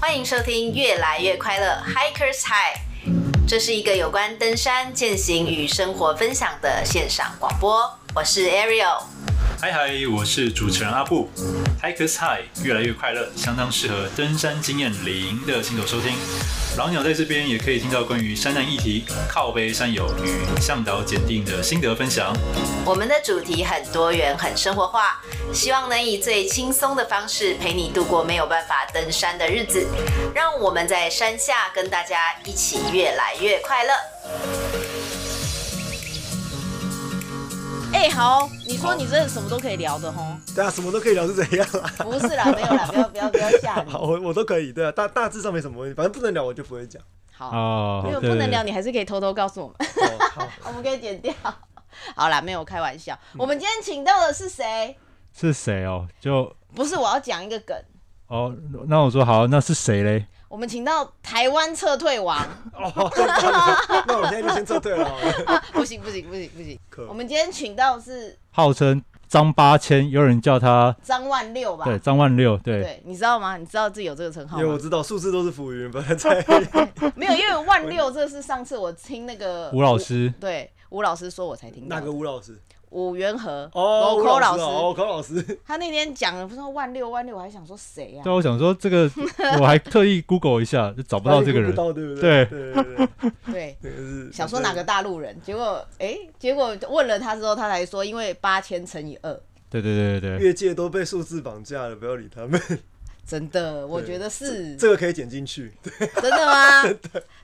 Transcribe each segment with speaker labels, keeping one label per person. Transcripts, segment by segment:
Speaker 1: 欢迎收听《越来越快乐 Hikers High》，这是一个有关登山、践行与生活分享的线上广播。我是 Ariel，
Speaker 2: 嗨嗨，我是主持人阿布。Hikers High 越来越快乐，相当适合登山经验零的新手收听。老鸟在这边也可以听到关于山难议题、靠背山友与向导检定的心得分享。
Speaker 1: 我们的主题很多元、很生活化，希望能以最轻松的方式陪你度过没有办法登山的日子。让我们在山下跟大家一起越来越快乐。哎、好，你说你真的什么都可以聊的吼？
Speaker 3: 对啊，什么都可以聊是怎样啊？
Speaker 1: 不是啦，没有啦，不要不要不要吓你。
Speaker 3: 好，我我都可以，对啊，大大致上没什么问题，反正不能聊我就不会讲。
Speaker 1: 好，
Speaker 2: 哦
Speaker 1: 没有不能聊，你还是可以偷偷告诉我们。
Speaker 3: 哦，好，
Speaker 1: 我们可以剪掉。好啦，没有开玩笑。
Speaker 3: 嗯
Speaker 1: 我们今天请到的是谁？
Speaker 2: 是谁哦？就
Speaker 1: 不是我要讲一个梗，
Speaker 2: 哦，那我说好，那是谁嘞？
Speaker 1: 我们请到台湾撤 退王。
Speaker 3: 哦，那我现在就先撤退了好了。
Speaker 1: 不行不行不行不行，
Speaker 3: 可
Speaker 1: 我们今天请到的是
Speaker 4: 号称张八千，有人叫他
Speaker 1: 张万六吧？
Speaker 4: 对张万六，对
Speaker 1: 对，你知道吗？你知道自己有这个称号
Speaker 3: 因为我
Speaker 1: 吗？
Speaker 3: 知道数字都是浮云，本来在
Speaker 1: 没有，因为万六这是上次我听那个
Speaker 4: 吴老，师，
Speaker 1: 对吴老师说我才听到
Speaker 3: 那
Speaker 1: 的
Speaker 3: 个吴老师？
Speaker 1: 吴元和
Speaker 3: 哦，
Speaker 1: 罗
Speaker 3: 吴
Speaker 1: 扣
Speaker 3: 老师哦，
Speaker 1: 师，
Speaker 3: 哦柯老师。
Speaker 1: 他那天讲了不是万六万六，我还想说谁呀
Speaker 4: 对，？我想说这 个我还特意 Google 一下，就找不到这个
Speaker 3: 不
Speaker 4: 人，
Speaker 3: 到对不对
Speaker 4: 对
Speaker 3: 对对对，
Speaker 1: 对，
Speaker 3: 那个是
Speaker 1: 想说哪个？大陆人，结果哎，结果问了他之后，他才说因为八千乘以二。
Speaker 4: 对对对对对，
Speaker 3: 越界都被数字绑架了，不要理他们。
Speaker 1: 真的，我觉得是
Speaker 3: 这个可以剪进去，
Speaker 1: 真的吗？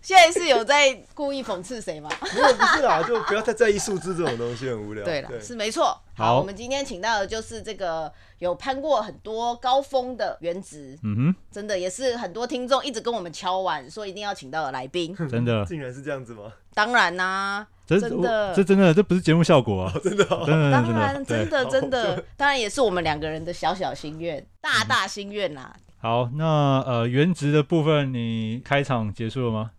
Speaker 1: 现在是有在故意讽刺谁吗？
Speaker 3: 没有不是啦，就不要太在意数字这种东西，很无聊。
Speaker 1: 对了，是没错。
Speaker 4: 好
Speaker 1: 我们今天请到的就是这个有攀过很多高峰的原职，
Speaker 4: 嗯
Speaker 1: 真的也是很多听众一直跟我们敲碗说一定要请到的来宾。
Speaker 4: 哼，真的，
Speaker 3: 竟然是这样子吗？
Speaker 1: 当然啦、
Speaker 4: 这
Speaker 1: 真的
Speaker 4: 我这真的这不是节目效 果啊，真的真的
Speaker 1: 当然，真
Speaker 4: 对，
Speaker 1: 的真的，当然也是我们两个人的小小心愿，大大心愿啦。
Speaker 4: 好，那呃原职的部分你开场结束了吗？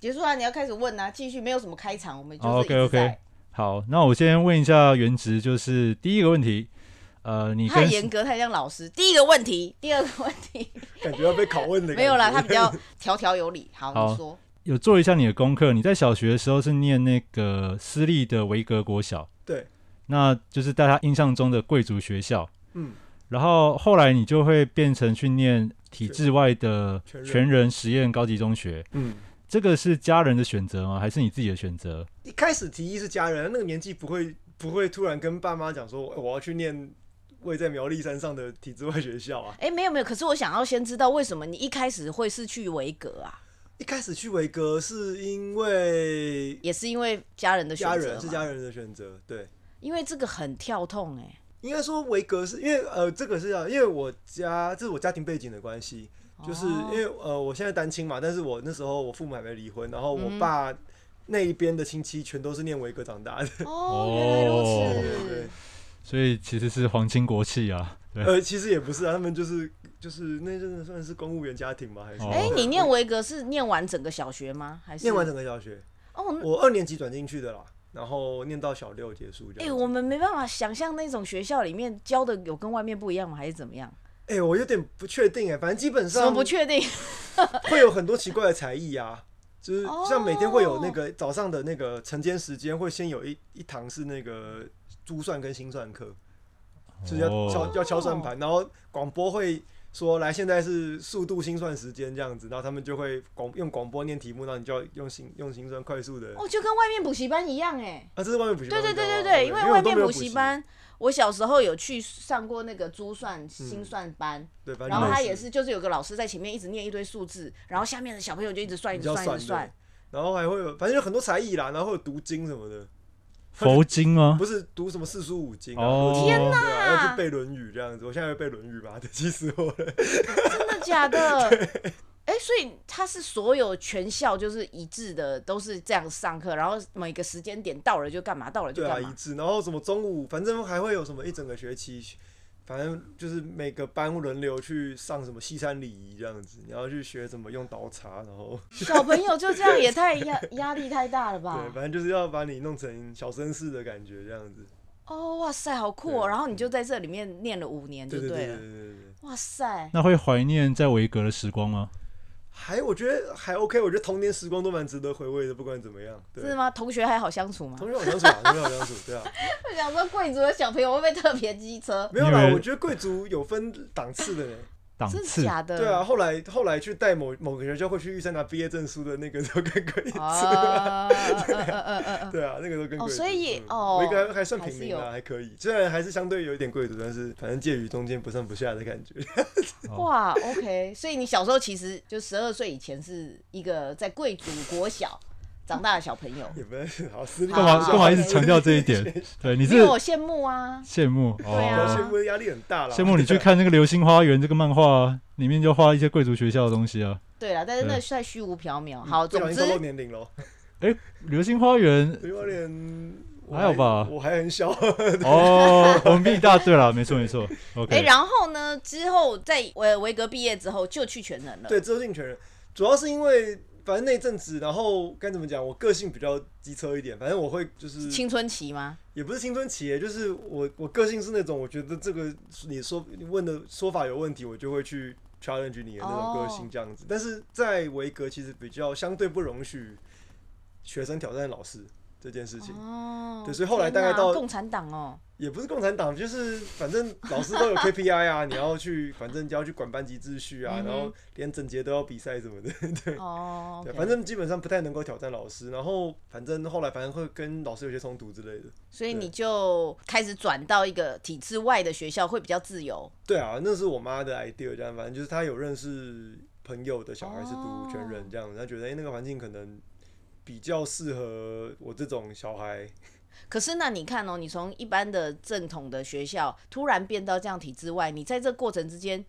Speaker 1: 结束啊，你要开始问啊，继续没有什么开场，我们就是
Speaker 4: 哦
Speaker 1: 一直在。
Speaker 4: ，OK，OK 好，那我先问一下原职，就是第一个问题，呃，你
Speaker 1: 太
Speaker 4: 跟
Speaker 1: 严格，太像老师。第一个问题，第二个问题，
Speaker 3: 感觉要被拷问的。
Speaker 1: 没有啦，他比较条条有理。好，
Speaker 4: 好
Speaker 1: 你说。
Speaker 4: 有做一下你的功课。你在小学的时候是念那个私立的维格国小，
Speaker 3: 对，
Speaker 4: 那就是大家印象中的贵族学校。
Speaker 3: 嗯，
Speaker 4: 然后后来你就会变成去念体制外的
Speaker 3: 全人
Speaker 4: 全人实验高级中学。
Speaker 3: 嗯。
Speaker 4: 这个是家人的选择吗？还是你自己的选择？
Speaker 3: 一开始提议是家人，那个年纪不会不会突然跟爸妈讲说欸我要去念位在苗栗山上的体制外学校啊。
Speaker 1: 哎、没有没有，可是我想要先知道为什么你一开始会是去维格啊？
Speaker 3: 一开始去维格是因为
Speaker 1: 也是因为家人的选
Speaker 3: 家
Speaker 1: 择
Speaker 3: 人
Speaker 1: 嘛
Speaker 3: 是家人的选择，对，
Speaker 1: 因为这个很跳痛哎、
Speaker 3: 应该说维格是因为呃这个是啊，因为我家这是我家庭背景的关系，就是
Speaker 1: 哦
Speaker 3: 因为呃我现在单亲嘛，但是我那时候我父母还没离婚，然后
Speaker 1: 嗯
Speaker 3: 我爸。那一边的亲戚全都是念维格长大的，
Speaker 1: 哦，原来如
Speaker 4: 哦
Speaker 1: 此，
Speaker 4: 所以其实是皇亲国戚啊。对，
Speaker 3: 呃，其实也不是啊，他们就是就是那真的算是公务员家庭嘛，还是什么
Speaker 4: 哦
Speaker 1: 哎、你念维格是念完整个小学吗？还是
Speaker 3: 念完整个小学，
Speaker 1: 哦？
Speaker 3: 我二年级转进去的啦，然后念到小六结束这
Speaker 1: 哎、
Speaker 3: 样子。
Speaker 1: 我们没办法想象那种学校里面教的有跟外面不一样吗？还是怎么样？
Speaker 3: 哎、我有点不确定哎、反正基本
Speaker 1: 什么
Speaker 3: 上
Speaker 1: 不确定？
Speaker 3: 会有很多奇怪的才艺啊，就是
Speaker 1: 哦
Speaker 3: 像每天会有那个早上的那个晨间时间，会先有一一堂是那个珠算跟心算课，就是要
Speaker 4: 哦
Speaker 3: 敲、要敲算盘，然后广播会。说来，现在是速度心算时间这样子，然后他们就会广用广播念题目，然后你就要用心用心算快速的。
Speaker 1: 哦，就跟外面补习班一样哎、
Speaker 3: 啊，这是外面补习班
Speaker 1: 对
Speaker 3: 会教
Speaker 1: 对对
Speaker 3: 啊。
Speaker 1: 对对，因为外
Speaker 3: 我都
Speaker 1: 面
Speaker 3: 没有
Speaker 1: 补习，班，我小时候有去上过那个珠算、心算班，
Speaker 3: 对，反正
Speaker 1: 然后
Speaker 3: 就
Speaker 1: 他也是，就是有个老师在前面一直念一堆数字，然后下面的小朋友就一直算，一
Speaker 3: 比
Speaker 1: 直
Speaker 3: 较
Speaker 1: 算，一
Speaker 3: 算
Speaker 1: 直
Speaker 3: 对
Speaker 1: 算。
Speaker 3: 然后还会有，反正有很多才艺啦，然后会有读经什么的，
Speaker 4: 佛经吗？
Speaker 3: 不是读什么四书五经啊，
Speaker 4: 哦天
Speaker 3: 哪，对啊要
Speaker 1: 哪
Speaker 3: 去背《论语》这样子。我现在会背《论语》吧，气死我了。
Speaker 1: 真的假的？ 哎、所以他是所有全校就是一致的，都是这样上课，然后每个时间点到了就干嘛，到了就
Speaker 3: 对啊，
Speaker 1: 干
Speaker 3: 一
Speaker 1: 嘛。
Speaker 3: 致。然后什么中午，反正还会有什么一整个学期，反正就是每个班轮流去上什么西山礼仪这样子，你要去学怎么用刀叉，然后
Speaker 1: 小朋友就这样也太压压力太大了吧
Speaker 3: 对，？反正就是要把你弄成小绅士的感觉这样子。
Speaker 1: 哦，哇塞，好酷哦！
Speaker 3: 对嗯
Speaker 1: 然后你就在这里面念了五年就
Speaker 3: 对对
Speaker 1: 了。
Speaker 3: 对对对对。
Speaker 1: 哇塞，
Speaker 4: 那会怀念在维格的时光吗？
Speaker 3: 还我觉得还 OK，我觉得童年时光都蛮值得回味的，不管怎么样。对
Speaker 1: 是，吗？同学还好相处吗？
Speaker 3: 同学好相处啊，同学好相处，对啊，
Speaker 1: 我 想说，贵族的小朋友会不会特别机车？
Speaker 3: 没有啦
Speaker 4: 因，为
Speaker 3: 我觉得贵族有分档次的 呢。
Speaker 4: 档
Speaker 1: 真的
Speaker 4: 次。
Speaker 1: 假的？
Speaker 3: 对啊，后来后来去带某某个学校会去玉山拿毕业证书的那个 都更贵族。
Speaker 1: 啊，呃呃呃呃呃
Speaker 3: 对啊，那个都更
Speaker 1: 哦
Speaker 3: 贵族。
Speaker 1: 所以
Speaker 3: 嗯
Speaker 1: 哦
Speaker 3: 我应该还算
Speaker 1: 还
Speaker 3: 平
Speaker 1: 是
Speaker 3: 民
Speaker 1: 有
Speaker 3: 啊，还可以。虽然还是相对有一点贵族，但是反正介于中间不上不下的感觉。 哦
Speaker 1: 哇，OK，所以你小时候其实就十二岁以前是一个在贵族国小长大的小朋友，
Speaker 3: 也不是好私立
Speaker 1: 好
Speaker 4: 干嘛
Speaker 1: 好
Speaker 4: 干嘛一直
Speaker 1: 好
Speaker 4: 强调这一点？对，你
Speaker 1: 因
Speaker 4: 是
Speaker 1: 为我羡慕啊，
Speaker 4: 羡慕
Speaker 1: 对啊
Speaker 3: 羡
Speaker 4: 哦，
Speaker 3: 慕压力很大啦。
Speaker 4: 羡慕你去看那个《流星花园》这个漫画啊，里面就画一些贵族学校的东西啊。
Speaker 1: 对了，但是
Speaker 3: 嗯
Speaker 1: 那
Speaker 4: 对
Speaker 1: 算虚无缥缈。好，
Speaker 3: 不小
Speaker 1: 总
Speaker 3: 心
Speaker 1: 之
Speaker 3: 透露啊年龄喽。
Speaker 4: 《流星花园》
Speaker 3: 有点
Speaker 4: 还好吧
Speaker 3: 我还很小。
Speaker 4: 哦，我们比你大，对了，没错没错。
Speaker 1: 哎、
Speaker 4: OK，
Speaker 1: 然后呢？之后在呃维格毕业之后就去全能了。
Speaker 3: 对，自由竞权人，主要是因为反正那阵子，然后该怎么讲，我个性比较机车一点，反正我会就是
Speaker 1: 青春期吗？
Speaker 3: 也不是青春期耶，欸就是我我个性是那种我觉得这个你说你问的说法有问题，我就会去 challenge 你的那种个
Speaker 1: 哦
Speaker 3: 性这样子。但是在维格其实比较相对不容许学生挑战老师这件事情，
Speaker 1: 哦
Speaker 3: 对所以后来
Speaker 1: 天哪
Speaker 3: 大概到
Speaker 1: 共产党哦，
Speaker 3: 也不是共产党，就是反正老师都有 KPI 啊，你要去反正就要去管班级秩序啊，
Speaker 1: 嗯哼
Speaker 3: 然后连整节都要比赛什么的。
Speaker 1: 哦
Speaker 3: 对，
Speaker 1: OK
Speaker 3: 反正基本上不太能够挑战老师，然后反正后来反正会跟老师有些冲突之类的。
Speaker 1: 所以
Speaker 3: 对
Speaker 1: 你就开始转到一个体制外的学校，会比较自由。
Speaker 3: 对啊，那是我妈的 idea，这样反正就是她有认识朋友的小孩是读全
Speaker 1: 哦
Speaker 3: 人这样，她觉得哎、诶那个环境可能比较适合我这种小孩。
Speaker 1: 可是那你看哦，你从一般的正统的学校突然变到这样体制外，你在这过程之间，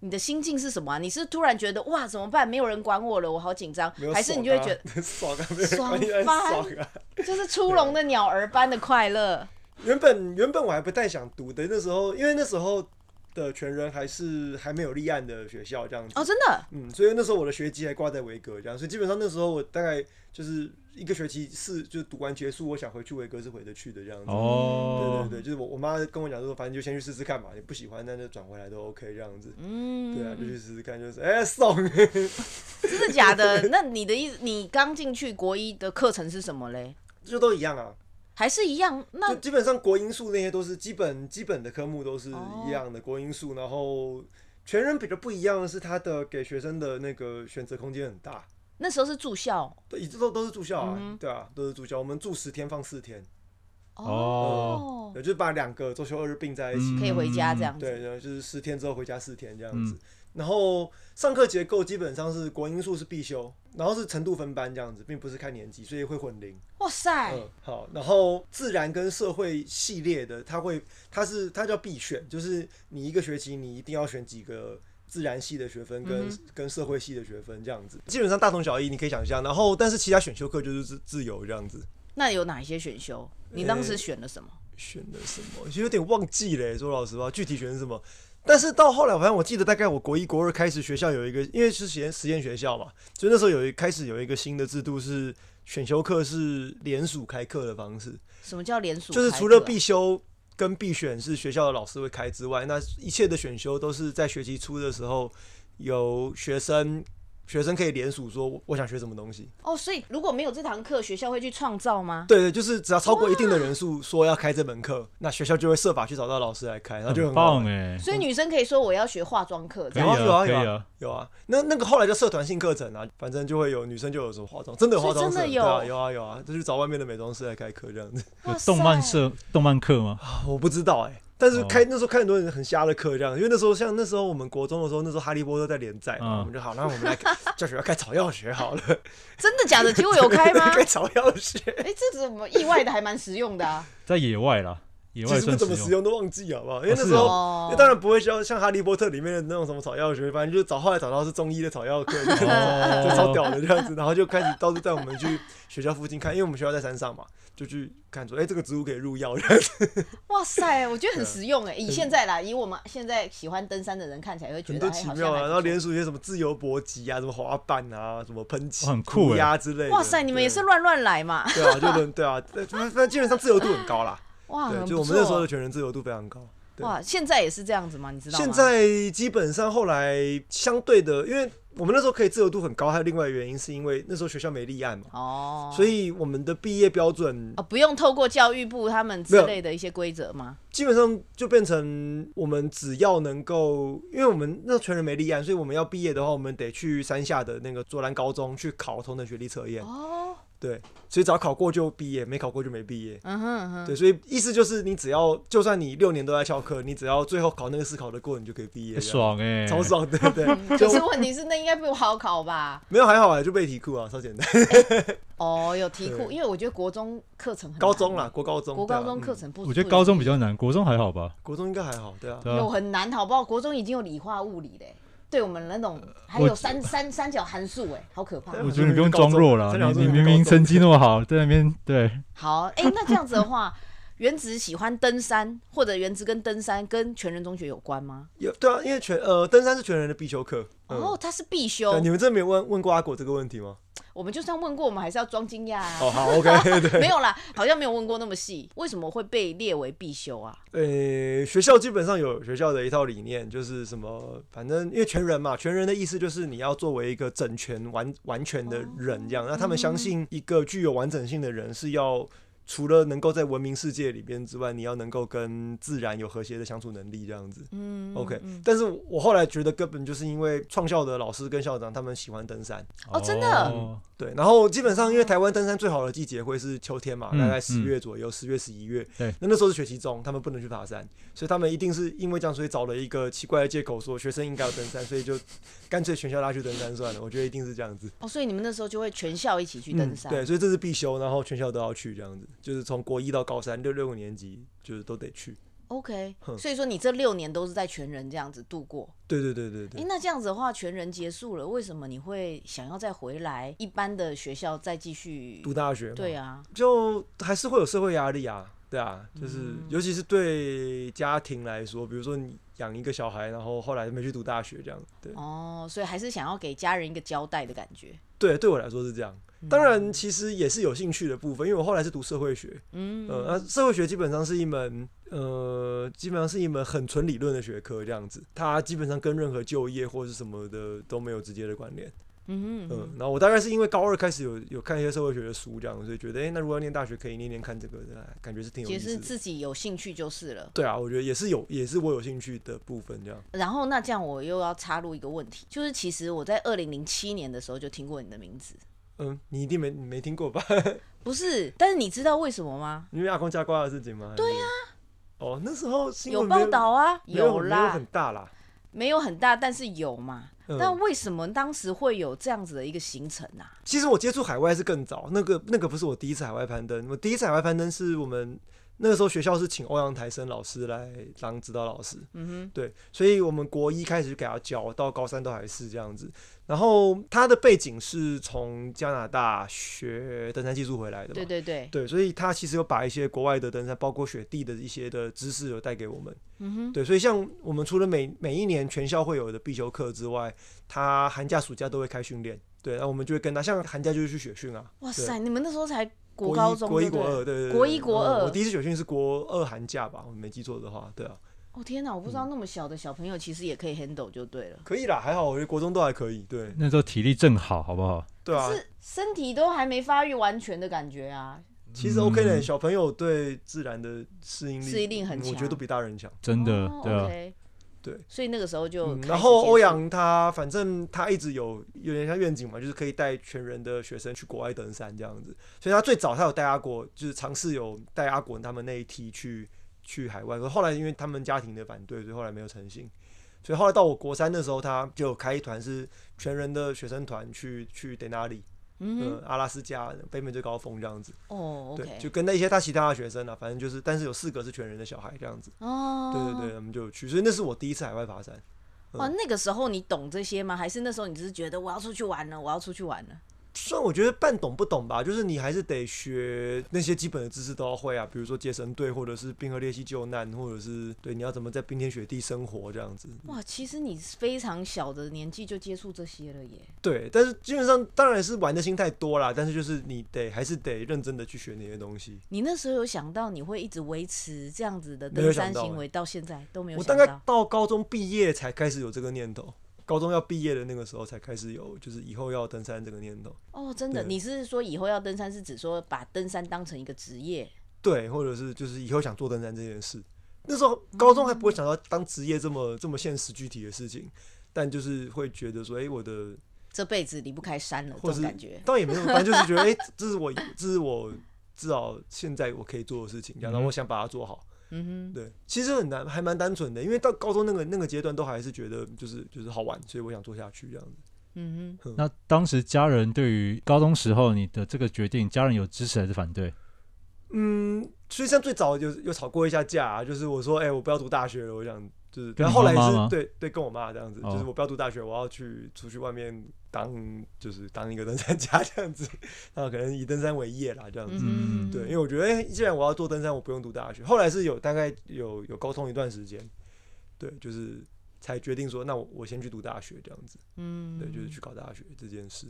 Speaker 1: 你的心境是什么啊？你是突然觉得哇怎么办？没有人管我了，我好紧张
Speaker 3: 没有，
Speaker 1: 还是你就
Speaker 3: 爽啊
Speaker 1: 会觉 得
Speaker 3: 爽啊，没有
Speaker 1: 爽
Speaker 3: 关系，很
Speaker 1: 翻
Speaker 3: 爽啊。
Speaker 1: 就是出笼的鸟儿般的快乐？
Speaker 3: 原本原本我还不太想读的，那时候因为那时候的全人还是还没有立案的学校这样子。
Speaker 1: 哦，真的
Speaker 3: 嗯，所以那时候我的学籍还挂在维格这样，所以基本上那时候我大概就是一个学期是就读完结束，我想回去维格是回得去的这样子。
Speaker 4: 哦
Speaker 3: 对对，对，就是我我妈跟我讲说，反正就先去试试看嘛，你不喜欢那就转回来都 OK 这样子。
Speaker 1: 嗯，
Speaker 3: 对啊，就去试试看，就是哎、送
Speaker 1: 真的假的？那你的意思，你刚进去国一的课程是什么嘞？
Speaker 3: 就都一样啊，
Speaker 1: 还是一样？那
Speaker 3: 就基本上国英数那些都是基本基本的科目都是一样
Speaker 1: 哦
Speaker 3: 的、国英数，然后全人比较不一样的是他的给学生的那个选择空间很大，
Speaker 1: 那时候是住校
Speaker 3: 对，一直都都是住校啊，
Speaker 1: 嗯哼
Speaker 3: 对啊，都是住校，我们住十天放四天。
Speaker 4: 哦
Speaker 3: 对，就是把两个周休二日并在一起。
Speaker 1: 可以回家这样子。
Speaker 3: 对，然后就是十天之后回家四天这
Speaker 1: 嗯
Speaker 3: 样子。然后上课结构基本上是国英数是必修，然后是程度分班这样子，并不是看年级，所以会混龄。
Speaker 1: 哇塞，
Speaker 3: 嗯，好。然后自然跟社会系列的，它会它是它叫必选，就是你一个学期你一定要选几个。自然系的学分跟、
Speaker 1: 嗯哼
Speaker 3: 跟社会系的学分这样子，基本上大同小异，你可以想象。然后，但是其他选修课就是自自由这样子。
Speaker 1: 那有哪一些选修？你当时选了什么？
Speaker 3: 选的什么，有点忘记了耶。说老实话，具体选什么？但是到后来，反正我记得大概我国一、国二开始，学校有一个，因为是实验实验学校嘛，所以那时候有一开始有一个新的制度是选修课是联署开课的方式，
Speaker 1: 什么叫联署开
Speaker 3: 就
Speaker 1: 课啊？
Speaker 3: 是除了必修跟必选是学校的老师会开之外，那一切的选修都是在学期初的时候有学生学生可以联署说我我想学什么东西，
Speaker 1: 哦，所以如果没有这堂课，学校会去创造吗？
Speaker 3: 对对，就是只要超过一定的人数说要开这门课，那学校就会设法去找到老师来开，然后就
Speaker 4: 很
Speaker 3: 很好玩
Speaker 4: 棒哎，
Speaker 1: 所以女生可以说我要学化妆课，
Speaker 4: 可
Speaker 1: 这
Speaker 4: 以
Speaker 1: 样。
Speaker 3: 有啊
Speaker 4: 啊可
Speaker 3: 有啊
Speaker 4: 以
Speaker 3: 有
Speaker 4: 啊，
Speaker 3: 有啊，那那个后来叫社团性课程啊，反正就会有女生就有什么化妆，真的有化妆社，
Speaker 1: 所以真的有
Speaker 3: 对啊有啊有啊，就去找外面的美妆师来开课这样子。
Speaker 4: 有
Speaker 1: 哇塞
Speaker 4: 动漫社动漫课吗？
Speaker 3: 啊我不知道哎、但
Speaker 4: 哦
Speaker 3: 是开、那时候开很多人很瞎的课这样，因为那时候像那时候我们国中的时候，那时候哈利波特在连载嘛，
Speaker 4: 嗯
Speaker 3: 我们就好，那我们来 教学要开草药学好了，
Speaker 1: 真的假的？结果有开吗？
Speaker 3: 开草药学，
Speaker 1: 哎、这怎么意外的还蛮实用 的啊！
Speaker 4: 在野外啦，野
Speaker 3: 其
Speaker 4: 外
Speaker 3: 实不
Speaker 4: 算
Speaker 3: 怎么
Speaker 4: 实
Speaker 3: 实
Speaker 4: 用。
Speaker 3: 用都忘记好不好？因为
Speaker 4: 哦
Speaker 3: 那
Speaker 4: 是
Speaker 3: 时候、
Speaker 1: 哦
Speaker 3: 当然不会像像哈利波特里面的那种什么草药学，反正就是找后来找到是中医的草药课，这样子
Speaker 4: 哦
Speaker 3: 就超屌的这样子，然后就开始到处带我们去学校附近看，因为我们学校在山上嘛，就去看说，哎、这个植物可以入药， 这样子
Speaker 1: 哇塞，我觉得很实用哎。以现在啦，以我们现在喜欢登山的人看起来会觉
Speaker 3: 很
Speaker 1: 得
Speaker 3: 多
Speaker 1: 哎
Speaker 3: 奇
Speaker 1: 好
Speaker 3: 妙
Speaker 1: 像
Speaker 3: 啊。
Speaker 1: 还
Speaker 3: 然后
Speaker 1: 不
Speaker 3: 连
Speaker 1: 错。
Speaker 3: 属一些什么自由搏击啊，什么滑板啊，什么喷漆、
Speaker 4: 哦很酷
Speaker 3: 涂
Speaker 4: 欸
Speaker 3: 鸦之类的。
Speaker 1: 哇塞，你们也是
Speaker 3: 对
Speaker 1: 乱乱来嘛？
Speaker 3: 对啊，就轮对啊，但但但基本上自由度很高 啦。
Speaker 1: 哇，
Speaker 3: 对，
Speaker 1: 啊很
Speaker 3: 就
Speaker 1: 不
Speaker 3: 我们那时候的
Speaker 1: 错。
Speaker 3: 全人自由度非常高。对
Speaker 1: 哇，现在也是这样子吗？你知道吗？
Speaker 3: 现在基本上后来相对的，因为我们那时候可以自由度很高，还有另外一个原因是因为那时候学校没立案嘛，
Speaker 1: 哦，
Speaker 3: 所
Speaker 1: 以
Speaker 3: 以我们的毕业标准
Speaker 1: 哦，不用透过教育部他们之类的一些规则吗？
Speaker 3: 基本上就变成我们只要能够，因为我们那时候全人没立案，所以我们要毕业的话，我们得去山下的那个卓兰高中去考同等学历测验。
Speaker 1: 哦，
Speaker 3: 对，所以只要考过就毕业，没考过就没毕业。
Speaker 1: 嗯哼嗯哼，
Speaker 3: 对，所以意思就是你只要，就算你六年都在翘课，你只要最后考那个试考得过，你就可以毕业。
Speaker 4: 很，爽哎、
Speaker 3: 超爽的，对对。
Speaker 1: 可是
Speaker 3: 就
Speaker 1: 问题是那应该不好考吧？
Speaker 3: 没有还好啊，就背题库啊，超简单。
Speaker 1: 哦，有题库，
Speaker 3: 对
Speaker 1: 因为我觉得国中课程很
Speaker 3: 高中啦，
Speaker 1: 了，
Speaker 3: 国高中，
Speaker 1: 国高中
Speaker 3: 对啊
Speaker 1: 课程不，
Speaker 4: 我觉得高中比
Speaker 1: 较
Speaker 4: 较难，国中还好吧？
Speaker 3: 嗯国中应该还好，对啊。
Speaker 4: 对
Speaker 1: 有
Speaker 4: 啊，
Speaker 1: 很难，好不好？国中已经有理化、物理嘞。对我们那种还有三三三角函数，哎，好可怕！
Speaker 3: 对啊
Speaker 4: 我觉得你不用装弱了，
Speaker 3: 三角
Speaker 4: 你
Speaker 3: 洲
Speaker 4: 你
Speaker 3: 很
Speaker 4: 明
Speaker 3: 高
Speaker 4: 明
Speaker 3: 中
Speaker 4: 成绩那么好，在那边对
Speaker 1: 好，哎、那这样子的话，原子喜欢登山，或者原子跟登山跟全人中学有关吗？
Speaker 3: 有对啊，因为全呃登山是全人的必修课。嗯
Speaker 1: 哦，它是必
Speaker 3: 对
Speaker 1: 修
Speaker 3: 你。们真的没有问问过阿果这个问题吗？
Speaker 1: 我们就算问过，我们还是要装惊讶啊。
Speaker 3: 哦，好，OK，对。
Speaker 1: 没有啦，好像没有问过那么细，为什么会被列为必修啊？
Speaker 3: 呃，学校基本上有学校的一套理念，就是什么，反正因为全人嘛，全人的意思就是你要作为一个整全完完全的人
Speaker 1: 哦
Speaker 3: 这样。那他们相信一个具有完整性的人是要。除了能够在文明世界里边之外，你要能够跟自然有和谐的相处能力，这样子。
Speaker 1: 嗯
Speaker 3: OK，但是我后来觉得根本就是因为创校的老师跟校长他们喜欢登山，
Speaker 1: 哦真的
Speaker 4: 哦
Speaker 3: 对，然后基本上因为台湾登山最好的季节会是秋天嘛，
Speaker 4: 嗯
Speaker 3: 大概十月左右，十、月十一月。
Speaker 4: 对
Speaker 3: 那那时候是学期中，他们不能去爬山，所以他们一定是因为这样，所以找了一个奇怪的借口说学生应该要登山，所 以就干脆全校拉去登山算了。我觉得一定是这样子。
Speaker 1: 哦，所以你们那时候就会全校一起去登
Speaker 3: 嗯，
Speaker 1: 山。
Speaker 3: 对，所以这是必修，然后全校都要去这样子，就是从国一到高三六六个年级就是都得去。
Speaker 1: OK，
Speaker 3: 哼
Speaker 1: 所以说你这六年都是在全人这样子度过。
Speaker 3: 对对对对
Speaker 1: 诶，
Speaker 3: 对。
Speaker 1: 那这样子的话，全人结束了，为什么你会想要再回来一般的学校再继续
Speaker 3: 读？大学嘛
Speaker 1: 对啊，
Speaker 3: 就还是会有社会压力啊，对啊，就是、尤其是对家庭来说，比如说你养一个小孩，然后后来没去读大学这样，对
Speaker 1: 哦，所以还是想要给家人一个交代的感觉。
Speaker 3: 对，对我来说是这样。当然，其实也是有兴趣的部分，因为我后来是读社会学，嗯，呃，那社会学基本上是一门，呃，基本上是一门很纯理论的学科，这样子，它基本上跟任何就业或是什么的都没有直接的关联，
Speaker 1: 嗯哼，
Speaker 3: 嗯，然后我大概是因为高二开始有有看一些社会学的书，这样，所以觉得，哎、那如果要念大学，可以念念看这个，哎感觉是挺有意
Speaker 1: 也
Speaker 3: 思
Speaker 1: 是
Speaker 3: 的。
Speaker 1: 自己有兴趣就是了。
Speaker 3: 对啊，我觉得也是有，也是我有兴趣的部分。这样，
Speaker 1: 然后那这样我又要插入一个问题，就是其实我在二零零七年的时候就听过你的名字，
Speaker 3: 嗯，你一定没你没听过吧？
Speaker 1: 不是？但是你知道为什么吗？
Speaker 3: 因为阿公加瓜的事情吗？对呀、哦，那时候新闻
Speaker 1: 啊
Speaker 3: 没
Speaker 1: 有报道啊，
Speaker 3: 没有没有
Speaker 1: 啦
Speaker 3: 很，大啦。
Speaker 1: 没有很大，但是有嘛。
Speaker 3: 嗯
Speaker 1: 那为什么当时会有这样子的一个行程啊？
Speaker 3: 其实我接触海外是更早，那个那个不是我第一次海外攀登，我第一次海外攀登是我们那个时候学校是请欧阳台生老师来当指导老师，
Speaker 1: 嗯
Speaker 3: 对，所以我们国一开始就给他教，到高三都还是这样子。然后他的背景是从加拿大学登山技术回来的
Speaker 1: 哼，
Speaker 3: 嘛，
Speaker 1: 对对对，
Speaker 3: 对，所以他其实有把一些国外的登山，包括雪地的一些的知识，有带给我们。
Speaker 1: 嗯哼，
Speaker 3: 对，所以像我们除了每每一年全校会有的必修课之外，他寒假、暑假都会开训练。对，然后我们就会跟他，像寒假就是去雪训啊。
Speaker 1: 哇
Speaker 3: 对，
Speaker 1: 塞，你们那时候才
Speaker 3: 国
Speaker 1: 国高
Speaker 3: 一
Speaker 1: 中，
Speaker 3: 国一、
Speaker 1: 对不
Speaker 3: 国
Speaker 1: 对
Speaker 3: 二，对对对，
Speaker 1: 国一国
Speaker 3: 嗯
Speaker 1: 二
Speaker 3: 我第一次雪训是国二寒假吧，我没记错的话，对啊，
Speaker 1: 哦天哪，我不知道那么小的小朋友其实也可以 handle 就对了，
Speaker 3: 可以啦，还好，我觉得国中都还可以，对
Speaker 4: 那时候体力正好，好不好？
Speaker 3: 对啊
Speaker 1: 可，是身体都还没发育完全的感觉啊。
Speaker 3: 其实 OK 的，
Speaker 4: 嗯
Speaker 3: 小朋友对自然的适应力，
Speaker 1: 适应力很
Speaker 3: 我觉
Speaker 1: 强
Speaker 3: 得都比大人强。
Speaker 4: 真的，
Speaker 1: 哦
Speaker 4: 对啊，
Speaker 1: OK
Speaker 3: 对
Speaker 1: 所以那个时候就
Speaker 3: 嗯
Speaker 1: 开始
Speaker 3: 然后
Speaker 1: 接
Speaker 3: 欧
Speaker 1: 触
Speaker 3: 阳他反正他一直有有点像愿景嘛，就是可以带全人的学生去国外登山这样子，所以他最早他有带阿果，就是尝试有带阿果他们那一批去去海外，可是后来因为他们家庭的反对，所以后来没有成行。所以后来到我国三的时候，他就有开一团是全人的学生团去去 Denali，嗯、
Speaker 1: 嗯
Speaker 3: 阿拉斯加北美最高峰这样子，
Speaker 1: 哼哦
Speaker 3: 对，就
Speaker 1: OK
Speaker 3: 跟那些他其他的学生啊，反正就是，但是有四个是全人的小孩这样子，
Speaker 1: 哦
Speaker 3: 对对嗯对，他们就有去，所以那是我第一次海外爬山。
Speaker 1: 哇，那个时候你懂这些吗？还是那时候你只是觉得我要出去玩了，我要出去玩了？
Speaker 3: 算我觉得半懂不懂吧，就是你还是得学那些基本的知识都要会啊，比如说接绳队，或者是冰河裂隙救难，或者是对你要怎么在冰天雪地生活这样子。
Speaker 1: 哇，其实你非常小的年纪就接触这些了耶。
Speaker 3: 对，但是基本上当然是玩的心太多啦，但是就是你得还是得认真的去学那些东西。
Speaker 1: 你那时候有想到你会一直维持这样子的
Speaker 3: 没有
Speaker 1: 登
Speaker 3: 想
Speaker 1: 山
Speaker 3: 到
Speaker 1: 行
Speaker 3: 欸
Speaker 1: 为，到现在都没有
Speaker 3: 我
Speaker 1: 想
Speaker 3: 大
Speaker 1: 到。
Speaker 3: 概到高中毕业才开始有这个念头，高中要毕业的那个时候才开始有，就是以后要登山这个念头。
Speaker 1: 哦，真的，
Speaker 3: 对
Speaker 1: 你是说以后要登山，是指说把登山当成一个职业？
Speaker 3: 对，或者是就是以后想做登山这件事。那时候高中还不会想到当职业这么这么现实具体的事情，但就是会觉得说，哎、我的
Speaker 1: 这辈子离不开山了，
Speaker 3: 或
Speaker 1: 这
Speaker 3: 是
Speaker 1: 种感觉。
Speaker 3: 倒也没有，反正就是觉得，哎、这是我这是我至少现在我可以做的事情，然后
Speaker 4: 嗯
Speaker 3: 我想把它做好。
Speaker 1: 嗯
Speaker 3: 对，其实很难，还蛮单纯的，因为到高中那个那个阶段都还是觉得就是就是好玩，所以我想做下去这样子。
Speaker 1: 哼，嗯哼，
Speaker 4: 那当时家人对于高中时候你的这个决定，家人有支持还是反对？
Speaker 3: 嗯，所以像最早有有吵过一下架、啊，就是我说，哎、我不要读大学了，我想就是，
Speaker 4: 跟
Speaker 3: 然
Speaker 4: 你
Speaker 3: 后后来
Speaker 4: 妈妈
Speaker 3: 是
Speaker 4: 吗
Speaker 3: 对对，跟我妈这样子，就是
Speaker 4: 哦
Speaker 3: 我不要读大学，我要去出去外面当，就是当一个登山家这样子，然后可能以登山为业啦，这样子。
Speaker 4: 嗯
Speaker 3: 对，因为我觉得，哎、既然我要做登山，我不用读大学。后来是有大概有有沟通一段时间，对，就是才决定说，那我我先去读大学这样子，
Speaker 1: 嗯，
Speaker 3: 对，就是去搞大学这件事。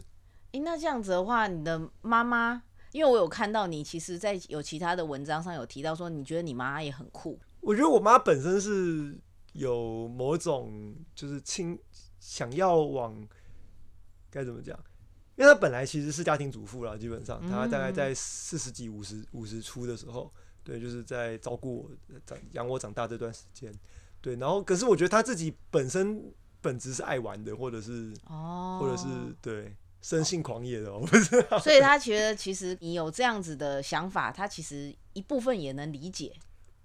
Speaker 1: 诶，那这样子的话，你的妈妈，因为我有看到你，其实，在有其他的文章上有提到说，你觉得你妈妈也很酷。
Speaker 3: 我觉得我妈本身是有某种就是亲想要往该怎么讲，因为她本来其实是家庭主妇啦，基本上她大概在四十几、五十五十出的时候，对，就是在照顾我长养我长大这段时间，对，然后可是我觉得她自己本身本质是爱玩的，或者是
Speaker 1: 哦，
Speaker 3: 或者是对生性狂野的哦，我不知道，
Speaker 1: 所以他觉得其实你有这样子的想法，他其实一部分也能理解。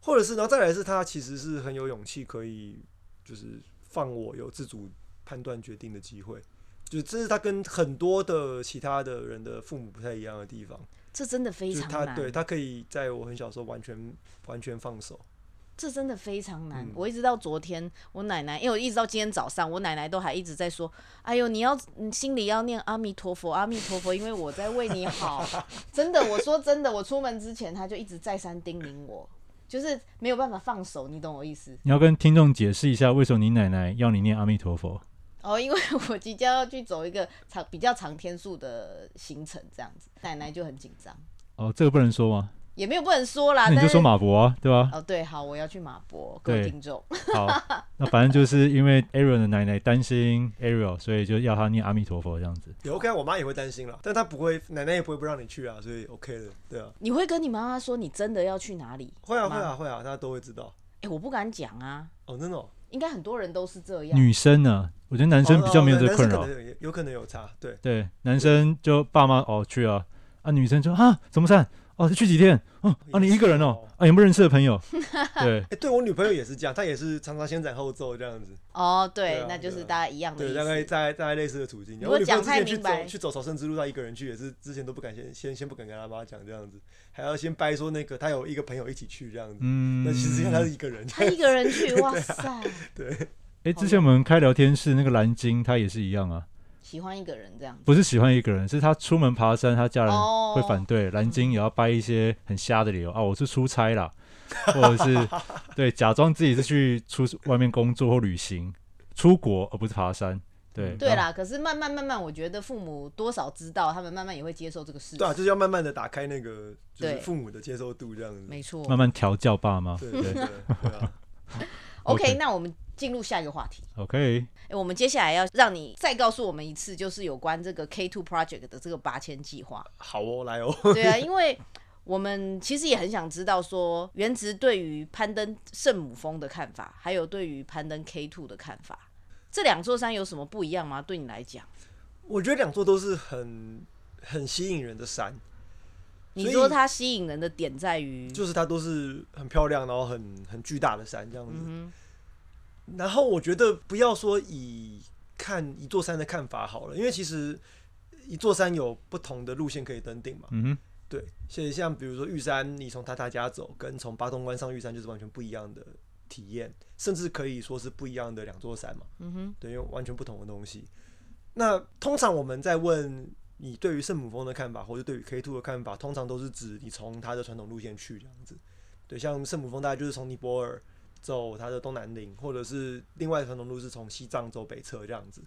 Speaker 3: 或者是，然后再来是他其实是很有勇气，可以就是放我有自主判断决定的机会，就这是他跟很多的其他的人的父母不太一样的地方，
Speaker 1: 这真的非
Speaker 3: 就是
Speaker 1: 常
Speaker 3: 他
Speaker 1: 难，
Speaker 3: 对他可以在我很小的时候完全完全放手，
Speaker 1: 这真的非常难。
Speaker 3: 嗯
Speaker 1: 我一直到昨天，我奶奶，因为我一直到今天早上，我奶奶都还一直在说：“哎呦，你要你心里要念阿弥陀佛，阿弥陀佛，因为我在为你 好。”真的，我说真的，我出门之前，她就一直再三叮咛我，就是没有办法放手，你懂我意思？
Speaker 4: 你要跟听众解释一下，为什么你奶奶要你念阿弥陀佛？
Speaker 1: 哦，因为我即将要去走一个长比较长天数的行程，这样子，奶奶就很紧张，
Speaker 4: 哦，这个不能说吗？
Speaker 1: 也没有不能说啦，
Speaker 4: 那你
Speaker 1: 但
Speaker 4: 就是说马博啊，对 吧、
Speaker 1: 哦，对，好，我要去马博，各位
Speaker 4: 对
Speaker 1: 听众。
Speaker 4: 好，那反正就是因为 Aaron 的奶奶担心 Ariel，所以就要他念阿弥陀佛这样子。
Speaker 3: 也 OK，我妈也会担心了，但她不会，奶奶也不会不让你去啊，所以 OK 的，对啊，
Speaker 1: 你会跟你妈妈说你真的要去哪里？
Speaker 3: 会啊
Speaker 1: 吗
Speaker 3: 会啊会啊，她都会知道，
Speaker 1: 哎、我不敢讲啊，
Speaker 3: 哦真的、哦，
Speaker 1: 应该很多人都是这样。
Speaker 4: 女生呢，我觉得男生比较没有这
Speaker 3: 哦
Speaker 4: 个困
Speaker 3: 哦
Speaker 4: 扰
Speaker 3: 男生可，能有有可能有差，对，
Speaker 4: 对，男生就爸妈哦去啊，啊女生就啊怎么散？哦去几天？哦
Speaker 1: 哎
Speaker 4: 啊你一个人哦？啊有没有认识的朋友？ 对，
Speaker 3: 哎、对我女朋友也是这样，她也是常常先斩后奏这样子。
Speaker 1: 哦，对，
Speaker 3: 对啊
Speaker 1: 那就是
Speaker 3: 对啊
Speaker 1: 大家一样的
Speaker 3: 对，
Speaker 1: 意
Speaker 3: 大概
Speaker 1: 思。
Speaker 3: 大概大概类似的处境。
Speaker 1: 如
Speaker 3: 然
Speaker 1: 果
Speaker 3: 后女朋友
Speaker 1: 讲
Speaker 3: 之
Speaker 1: 太
Speaker 3: 前去
Speaker 1: 明白
Speaker 3: 走去走朝圣之路，她一个人去也是之前都不敢先先先不敢跟她妈讲这样子，还要先掰说那个她有一个朋友一起去这样子。
Speaker 4: 嗯
Speaker 3: 那其实她是一个人，
Speaker 1: 他一个人
Speaker 3: 啊
Speaker 1: 去，哇塞，
Speaker 4: 哎，之前我们开聊天室那个蓝鲸，他也是一样啊，
Speaker 1: 喜欢一个人这样子。
Speaker 4: 不是喜欢一个人，是他出门爬山，他家人
Speaker 1: 哦
Speaker 4: 会反对，蓝鲸也要掰一些很瞎的理由啊，我是出差啦， 或者是对假装自己是去出外面工作或旅行，出国而不是爬山，对
Speaker 1: 嗯对
Speaker 4: 然后
Speaker 1: 啦，可是慢慢慢慢，我觉得父母多少知道，他们慢慢也会接受这个事
Speaker 3: 对啊，
Speaker 1: 情。
Speaker 3: 就是要慢慢的打开那个就是
Speaker 1: 对
Speaker 3: 父母的接受度这样子。
Speaker 1: 没错。
Speaker 4: 慢慢调教爸妈
Speaker 3: 对对对对啊！
Speaker 1: OK，
Speaker 4: OK
Speaker 1: 那我们进入下一个话题。
Speaker 4: ，OK，
Speaker 1: 哎、我们接下来要让你再告诉我们一次，就是有关这个 K Two Project 的这个八千计划。
Speaker 3: 好哦，来哦。
Speaker 1: 对啊，因为我们其实也很想知道说，原植对于攀登圣母峰的看法，还有对于攀登 K Two 的看法，这两座山有什么不一样吗？对你来讲，
Speaker 3: 我觉得两座都是很很吸引人的山，所以
Speaker 1: 你说它吸引人的点在于，
Speaker 3: 就是它都是很漂亮，然后很很巨大的山这样子。
Speaker 1: 嗯
Speaker 3: 然后我觉得不要说以看一座山的看法好了，因为其实一座山有不同的路线可以登顶嘛。
Speaker 4: 嗯
Speaker 3: 对，所以像比如说玉山，你从塔塔家走，跟从八通关上玉山就是完全不一样的体验，甚至可以说是不一样的两座山嘛。
Speaker 1: 哼，嗯哼，
Speaker 3: 对，因为完全不同的东西。那通常我们在问你对于圣母峰的看法，或者对于 K two 的看法，通常都是指你从它的传统路线去这样子。对，像圣母峰大概就是从尼泊尔走它的东南邻，或者是另外的传统路是从西藏走北侧这样子。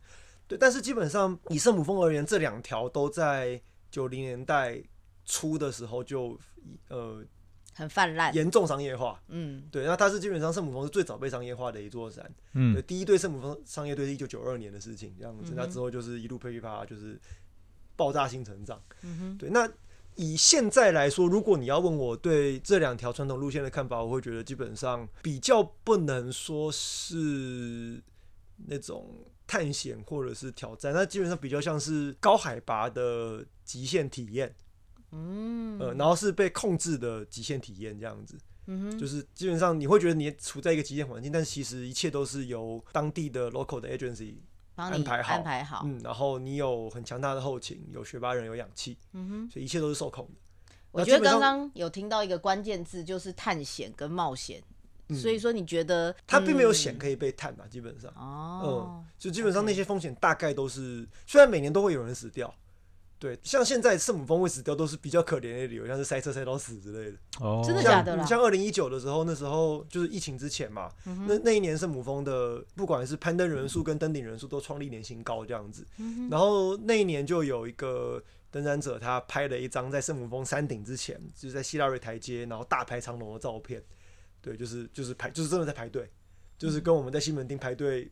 Speaker 3: 对，但是基本上以圣母峰而言，这两条都在九零年代初的时候就呃
Speaker 1: 很泛滥。
Speaker 3: 严重商业化。
Speaker 1: 嗯，
Speaker 3: 对，那它是基本上圣母峰是最早被商业化的一座山。对，
Speaker 4: 嗯，
Speaker 3: 第一队圣母峰商业队是一九九二年的事情，这样子。那之后就是一路噼里啪啦，就是爆炸性成长。对，那以现在来说，如果你要问我对这两条传统路线的看法，我会觉得基本上比较不能说是那种探险或者是挑战，那基本上比较像是高海拔的极限体验。嗯，呃，然后是被控制的极限体验这样子。
Speaker 1: 嗯
Speaker 3: 就是基本上你会觉得你处在一个极限环境，但其实一切都是由当地的 local 的 agency
Speaker 1: 帮你
Speaker 3: 安排好
Speaker 1: 安排好。
Speaker 3: 嗯，然后你有很强大的后勤，有学霸人，有氧气，
Speaker 1: 嗯哼，
Speaker 3: 所以一切都是受控的。
Speaker 1: 我
Speaker 3: 那
Speaker 1: 觉得
Speaker 3: 基本
Speaker 1: 刚
Speaker 3: 上
Speaker 1: 刚有听到一个关键字，就是探险跟冒险。所以说，你觉得
Speaker 3: 嗯它并没有险
Speaker 1: 嗯
Speaker 3: 可以被探嘛，基本上，
Speaker 1: 哦
Speaker 3: 嗯，，就基本上
Speaker 1: OK
Speaker 3: 那些风险大概都是，虽然每年都会有人死掉，对，像现在圣母峰会死掉都是比较可怜的理由，像是塞车塞到死之类的。
Speaker 4: 哦，
Speaker 1: 真的假
Speaker 3: 像
Speaker 1: 的啦嗯
Speaker 3: 你像二零一九的时候，那时候就是疫情之前嘛，那那一年圣母峰的不管是攀登人数跟登顶人数都创历年新高这样子。
Speaker 1: 嗯
Speaker 3: 然后那一年就有一个登山者，他拍了一张在圣母峰山顶之前，就是在希腊瑞台阶，然后大排长龙的照片。对，就是就是排，就是真的在排队，就是跟我们在西门町排队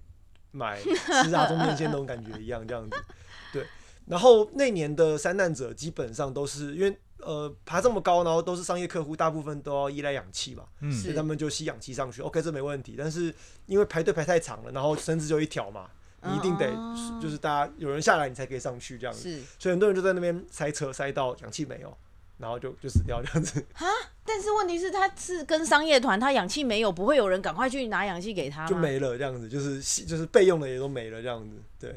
Speaker 3: 买吃啊中面线那种感觉一样，这样子。对，然后那年的三难者基本上都是因为呃爬这么高，然后都是商业客户，大部分都要依赖氧气嘛，
Speaker 4: 嗯
Speaker 3: 所以
Speaker 1: 是
Speaker 3: 他们就吸氧气上去。OK，这没问题。但是因为排队排太长了，然后绳子就一条嘛，你一定得
Speaker 1: 哦
Speaker 3: 就是大家有人下来你才可以上去这样子，
Speaker 1: 是，
Speaker 3: 所以很多人就在那边塞车塞到氧气没有，然后就就死掉这样子，
Speaker 1: 但是问题是，他是跟商业团，他氧气没有，不会有人赶快去拿氧气给他吗？
Speaker 3: 就没了这样子，就是吸就是备用的也都没了这样子，对。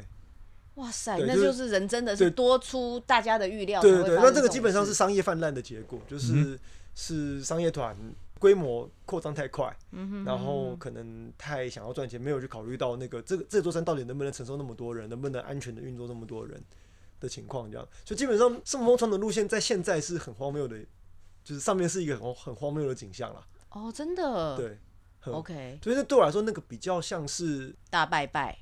Speaker 1: 哇塞，
Speaker 3: 对
Speaker 1: 那
Speaker 3: 就是
Speaker 1: 就是人真的是
Speaker 3: 对
Speaker 1: 多出大家的预料才
Speaker 3: 对
Speaker 1: 会
Speaker 3: 对对，
Speaker 1: 发生种事。
Speaker 3: 那这个基本上是商业泛滥的结果，就是、是商业团规模扩张太快，
Speaker 1: 嗯
Speaker 3: 然后可能太想要赚钱，没有去考虑到那个这个这座山到底能不能承受那么多人，能不能安全的运作那么多人的情况，这样。所以基本上圣母峰传统路线在现在是很荒谬的，就是上面是一个很很荒谬的景象啦。
Speaker 1: 哦，真的
Speaker 3: 对，嗯很
Speaker 1: ，OK，
Speaker 3: 所以那对我来说，那个比较像是
Speaker 1: 大拜拜，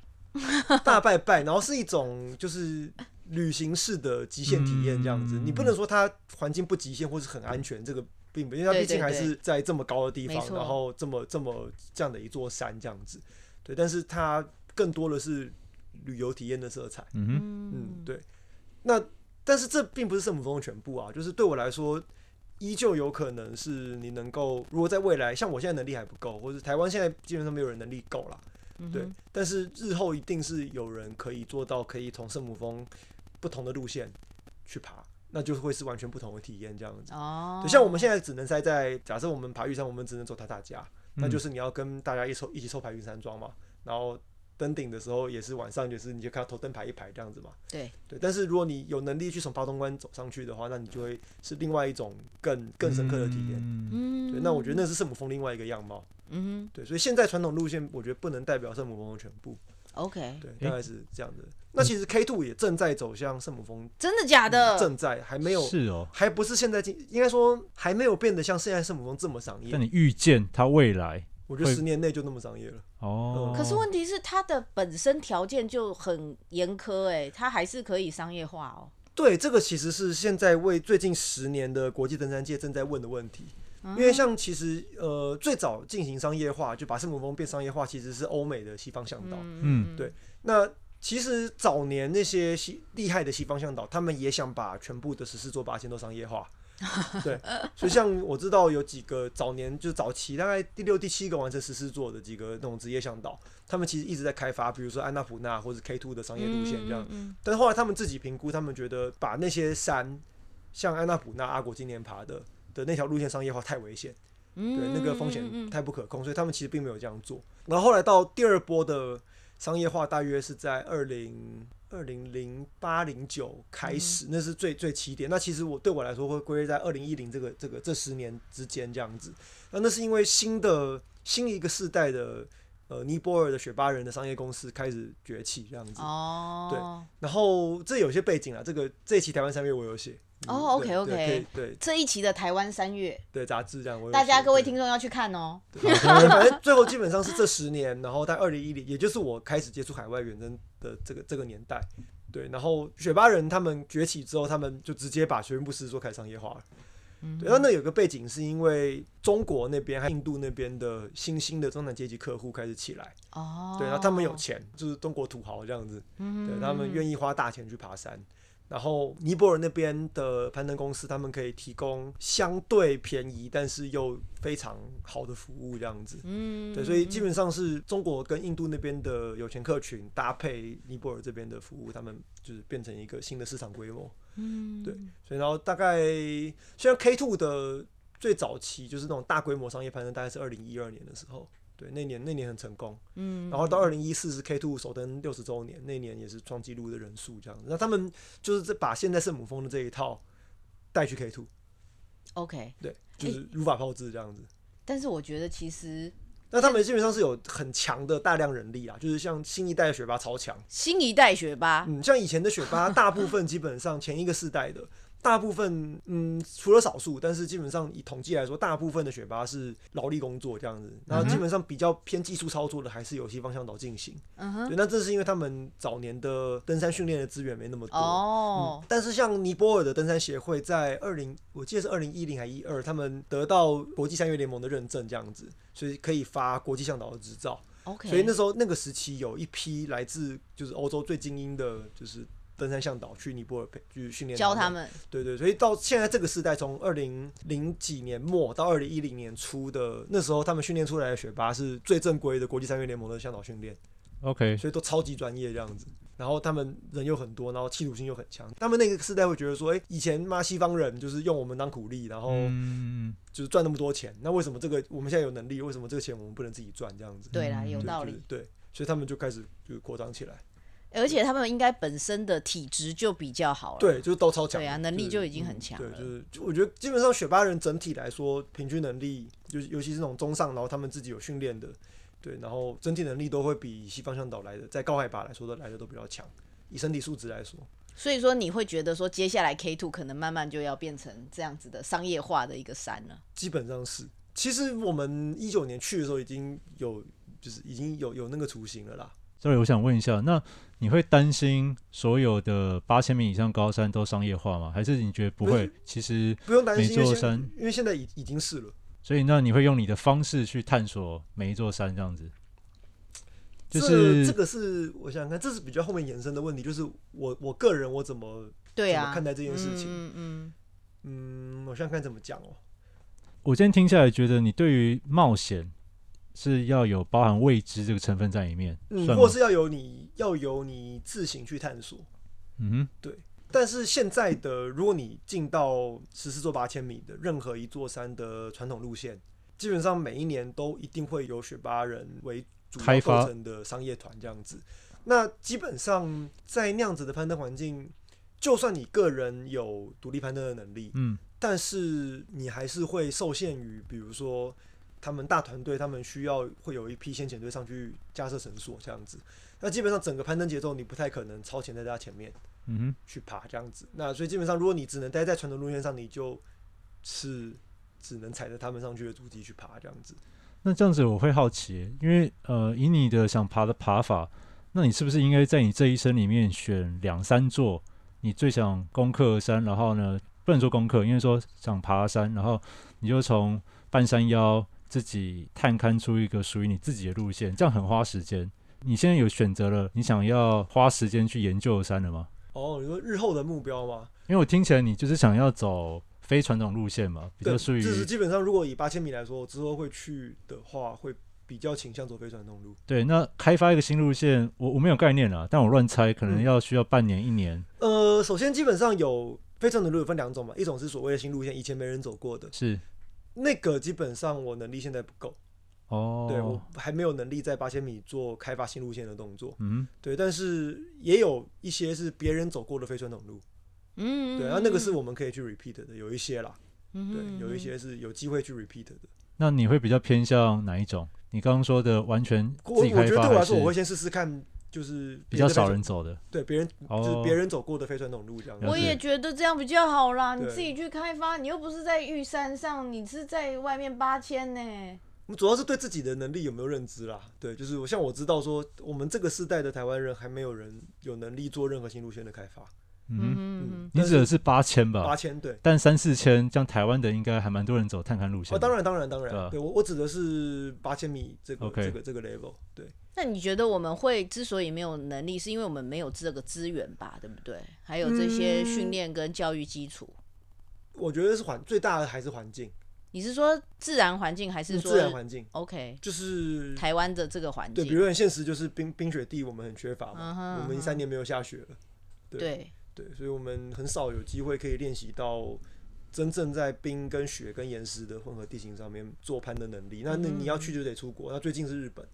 Speaker 3: 大拜拜，然后是一种就是旅行式的极限体验这样子。
Speaker 4: 嗯
Speaker 3: 你不能说它环境不极限或是很安全，这个并不，因为它
Speaker 1: 对
Speaker 3: 毕竟
Speaker 1: 对
Speaker 3: 还
Speaker 1: 对
Speaker 3: 是在这么高的地
Speaker 1: 没
Speaker 3: 方，
Speaker 1: 错
Speaker 3: 然后这么这么这样的一座山这样子。对，但是它更多的是旅游体验的色彩。
Speaker 4: 嗯哼，
Speaker 3: 嗯，对。那但是这并不是圣母峰的全部啊，就是对我来说，依旧有可能是你能够，如果在未来，像我现在能力还不够，或者台湾现在基本上没有人能力够啦。
Speaker 1: 嗯
Speaker 3: 对，但是日后一定是有人可以做到，可以从圣母峰不同的路线去爬，那就会是完全不同的体验这样子。
Speaker 1: 哦，
Speaker 3: 对，像我们现在只能塞在，假设我们爬玉山，我们只能走塔塔加，
Speaker 4: 嗯
Speaker 3: 那就是你要跟大家一抽一起抽排云山庄嘛，然后登顶的时候也是晚上，就是你就看到头灯排一排这样子嘛。
Speaker 1: 对
Speaker 3: 对，但是如果你有能力去从八通关走上去的话，那你就会是另外一种更更深刻的体验。
Speaker 4: 嗯
Speaker 1: 嗯，
Speaker 3: 对，那我觉得那是圣母峰另外一个样貌。
Speaker 1: 嗯
Speaker 3: 对，所以现在传统路线我觉得不能代表圣母峰的全部。
Speaker 1: 哼，OK，
Speaker 3: 对，大概是这样的。那其实 K two 也正在走向圣母峰，
Speaker 1: 真的假的？
Speaker 3: 嗯正在还没有，
Speaker 4: 是哦，
Speaker 3: 还不是现在进，应该说还没有变得像现在圣母峰这么商业
Speaker 4: 但。你预见它未来
Speaker 3: 我觉得十年内就那么商业了。
Speaker 4: 哦，
Speaker 3: 嗯
Speaker 1: 可是问题是，它的本身条件就很严苛、哎，它还是可以商业化哦。
Speaker 3: 对，这个其实是现在为最近十年的国际登山界正在问的问题。因为像其实呃最早进行商业化，就把圣母峰变商业化，其实是欧美的西方向导。
Speaker 4: 嗯
Speaker 3: 对那其实早年那些西厉害的西方向导，他们也想把全部的十四座八千都商业化。对，所以像我知道有几个早年就早期大概第六、第七个完成十四座的几个那种职业向导，他们其实一直在开发，比如说安纳普纳或是 K two 的商业路线这
Speaker 1: 嗯
Speaker 3: 样。但是后来他们自己评估，他们觉得把那些山，像安纳普纳、阿果今年爬的的那条路线商业化太危险，
Speaker 1: 嗯
Speaker 3: 对，那个风险太不可控，所以他们其实并没有这样做。然后后来到第二波的商业化大约是在二零二零零八零九
Speaker 1: 嗯
Speaker 3: 开始，那是最最起点。那其实我对我来说会归类在二零一零这个这个这十年之间这样子。那那是因为新的新一个世代的呃尼泊尔的雪巴人的商业公司开始崛起这样子。
Speaker 1: 哦，
Speaker 3: 然后这有些背景啊，这个这一期台湾三月我有写。嗯
Speaker 1: 哦
Speaker 3: 对
Speaker 1: OK，OK
Speaker 3: 对可以对
Speaker 1: 这一期的台湾三月，
Speaker 3: 对杂志这样，我有
Speaker 1: 大家
Speaker 3: 写
Speaker 1: 各位
Speaker 3: 对
Speaker 1: 听众要去看哦。
Speaker 3: 对 反正哎最后基本上是这十年，然后在二零一零，也就是我开始接触海外远征的这个这个年代，对，然后雪巴人他们崛起之后，他们就直接把全部十座开始商业化了，对，然后那有个背景是因为中国那边和印度那边的新兴的中产阶级客户开始起来，
Speaker 1: 哦，嗯
Speaker 3: 对，然后他们有钱，就是中国土豪这样子，对他们愿意花大钱去爬山。然后尼泊尔那边的攀登公司，他们可以提供相对便宜，但是又非常好的服务，这样子。
Speaker 1: 嗯，
Speaker 3: 对，所以基本上是中国跟印度那边的有钱客群搭配尼泊尔这边的服务，他们就是变成一个新的市场规模。
Speaker 1: 嗯，
Speaker 3: 对所以然后大概虽然 K two 的最早期就是那种大规模商业攀登，大概是二零一二年的时候，对，那年那年很成功。
Speaker 1: 嗯，
Speaker 3: 然后到二零一四是 K two 首登六十周年，那年也是创纪录的人数这样子。那他们就是这把现在圣母峰的这一套带去 K two，
Speaker 1: OK，
Speaker 3: 对，就是如法炮制这样子。
Speaker 1: 但是我觉得其实
Speaker 3: 那他们基本上是有很强的大量人力啊，就是像新一代的学霸超强，
Speaker 1: 新一代学霸，
Speaker 3: 嗯，像以前的雪巴，大部分基本上前一个世代的，大部分嗯，除了少数，但是基本上以统计来说，大部分的雪巴是劳力工作这样子。那基本上比较偏技术操作的，还是有西方向导进行。
Speaker 1: 嗯哼，
Speaker 3: 对，那这是因为他们早年的登山训练的资源没那么多。嗯
Speaker 1: 哦，
Speaker 3: 但是像尼泊尔的登山协会在二零，我记得是二零一零还一二，他们得到国际山岳联盟的认证，这样子，所以可以发国际向导的执照。嗯
Speaker 1: OK，
Speaker 3: 所以那时候那个时期有一批来自就是欧洲最精英的，就是登山向导去尼泊尔培去训练，
Speaker 1: 教他。们
Speaker 3: 对对，所以到现在这个时代，从二零零几年末到二零一零年初的那时候，他们训练出来的学霸是最正规的国际三月联盟的向导训练，
Speaker 4: OK，
Speaker 3: 所以都超级专业这样子。然后他们人又很多，然后企图心又很强。他们那个时代会觉得说，哎、以前嘛西方人就是用我们当苦力，然后
Speaker 4: 嗯，
Speaker 3: 就是赚那么多钱，那为什么这个我们现在有能力，为什么这个钱我们不能自己赚这样子？
Speaker 1: 对啦，有
Speaker 3: 嗯对就
Speaker 1: 道
Speaker 3: 是
Speaker 1: 理，
Speaker 3: 对，所以他们就开始就扩张起来。
Speaker 1: 而且他们应该本身的体质就比较好了，，
Speaker 3: 对，就是都超强的。
Speaker 1: 对啊能力
Speaker 3: 是嗯
Speaker 1: 就已经很强
Speaker 3: 对，
Speaker 1: 了
Speaker 3: 就是就我觉得基本上雪巴人整体来说，平均能力，就是尤其是那种中上，然后他们自己有训练的，对，然后整体能力都会比西方向导来的，在高海拔来说的来的都比较强。以身体素质来说，
Speaker 1: 所以说你会觉得说接下来 K two 可能慢慢就要变成这样子的商业化的一个山了，
Speaker 3: 基本上是。其实我们一九年去的时候已经有，就是已经有有那个雏形了啦。
Speaker 4: 这里我想问一下，那你会担心所有的八千米以上高山都商业化吗？还是你觉得不
Speaker 3: 不
Speaker 4: 会
Speaker 3: 是？
Speaker 4: 其实，
Speaker 3: 不用担心，因为
Speaker 4: 每座
Speaker 3: 现在
Speaker 4: 山
Speaker 3: 因为现在已已经是了。
Speaker 4: 所以那你会用你的方式去探索每一座山，这样子，就
Speaker 3: 这
Speaker 4: 是
Speaker 3: 这个是我想想看，这是比较后面延伸的问题，就是我我个人我怎么
Speaker 1: 对
Speaker 3: 怎
Speaker 1: 啊，
Speaker 3: 么看待这件事情
Speaker 1: 嗯嗯
Speaker 3: 嗯，我想想看怎么讲哦、
Speaker 4: 我今天听下来觉得你对于冒险是要有包含未知这个成分在里面，
Speaker 3: 嗯，
Speaker 4: 算吗
Speaker 3: 或？是要由你要由你自行去探索。
Speaker 4: 嗯
Speaker 3: 但是现在的，如果你进到十四座八千米的任何一座山的传统路线，基本上每一年都一定会有雪巴人为主要
Speaker 4: 开发
Speaker 3: 构成的商业团这样子。那基本上在那样子的攀登环境，就算你个人有独立攀登的能力
Speaker 4: 哼，，嗯，
Speaker 3: 但是你还是会受限于，比如说他们大团队，他们需要会有一批先遣队上去架设绳索这样子。那基本上整个攀登节奏，你不太可能超前在大家前面
Speaker 4: 嗯哼。
Speaker 3: 去爬这样子。那所以基本上，如果你只能待在传统路线上，你就是只能踩着他们上去的足迹去爬这样子。
Speaker 4: 那这样子我会好奇，因为呃，以你的想爬的爬法，那你是不是应该在你这一生里面选两三座你最想攻克的山，然后呢，不能说攻克，因为说想爬山，然后你就从半山腰自己探勘出一个属于你自己的路线，这样很花时间。你现在有选择了你想要花时间去研究的山了吗？
Speaker 3: 哦，你说日后的目标吗？
Speaker 4: 因为我听起来你就是想要走非传统路线嘛，比较
Speaker 3: 对，
Speaker 4: 属于
Speaker 3: 就是基本上，如果以八千米来说，我之后会去的话，会比较倾向走非传统路。
Speaker 4: 对，那开发一个新路线，我我没有概念啦，但我乱猜，可能
Speaker 3: 嗯
Speaker 4: 要需要半年、一年，
Speaker 3: 呃，首先基本上有非传统路有分两种嘛，一种是所谓的新路线，以前没人走过的，
Speaker 4: 是
Speaker 3: 那个基本上我能力现在不够，
Speaker 4: 哦，
Speaker 3: 对我还没有能力在八千米做开发新路线的动作，
Speaker 4: 嗯，
Speaker 3: 对，但是也有一些是别人走过的非传统路，
Speaker 1: 嗯，
Speaker 3: 对，然后那个是我们可以去 repeat 的，有一些啦，
Speaker 1: 嗯
Speaker 3: 对，有一些是有机会去 repeat 的。
Speaker 4: 那你会比较偏向哪一种？你刚刚说的完全
Speaker 3: 我
Speaker 4: 自
Speaker 3: 我
Speaker 4: 己开
Speaker 3: 觉得
Speaker 4: 发，
Speaker 3: 对我来
Speaker 4: 还
Speaker 3: 说，我会
Speaker 4: 是
Speaker 3: 先试试看，就是
Speaker 4: 比
Speaker 3: 别
Speaker 4: 较
Speaker 3: 的非
Speaker 4: 少
Speaker 3: 传
Speaker 4: 人走的？
Speaker 3: 对别人就是
Speaker 4: 哦
Speaker 3: 别人走过的非传统路这样子
Speaker 4: 了
Speaker 1: 我
Speaker 4: 解
Speaker 1: 也觉得这样比较好啦，你
Speaker 3: 对
Speaker 1: 自己去开发，你又不是在玉山上，你是在外面八千呢。
Speaker 3: 我主要是对自己的能力有没有认知啦。对，就是我像我知道说，我们这个世代的台湾人还没有人有能力做任何新路线的开发。
Speaker 4: 嗯哼，
Speaker 1: 嗯，
Speaker 4: 你指的是啊八千
Speaker 3: 八
Speaker 4: 吧？
Speaker 3: 千对。
Speaker 4: 但三四千，像台湾的应该还蛮多人走探勘路线
Speaker 3: 哦，
Speaker 4: 的。
Speaker 3: 当然，当然，当
Speaker 4: 对啊
Speaker 3: 然，对我我指的是八千米这个
Speaker 4: OK
Speaker 3: 这个这个 level，对，
Speaker 1: 那你觉得我们会之所以没有能力，是因为我们没有这个资源吧，对不对？还有这
Speaker 3: 嗯
Speaker 1: 些训练跟教育基础。
Speaker 3: 我觉得是环最大的还是环境，
Speaker 1: 你是说自然环境，还是说
Speaker 3: 嗯自然环境，
Speaker 1: OK
Speaker 3: 就是
Speaker 1: 台湾的这个环
Speaker 3: 对，
Speaker 1: 境？
Speaker 3: 比如很现实，就是冰冰雪地我们很缺乏
Speaker 1: 嗯哼
Speaker 3: 嘛，我
Speaker 1: 嗯
Speaker 3: 们
Speaker 1: 哼
Speaker 3: 三年没有下雪了，对
Speaker 1: 对，
Speaker 3: 对，所以我们很少有机会可以练习到真正在冰跟雪跟岩石的混合地形上面做攀的能力。那那你要去就得出国，那最近是日本，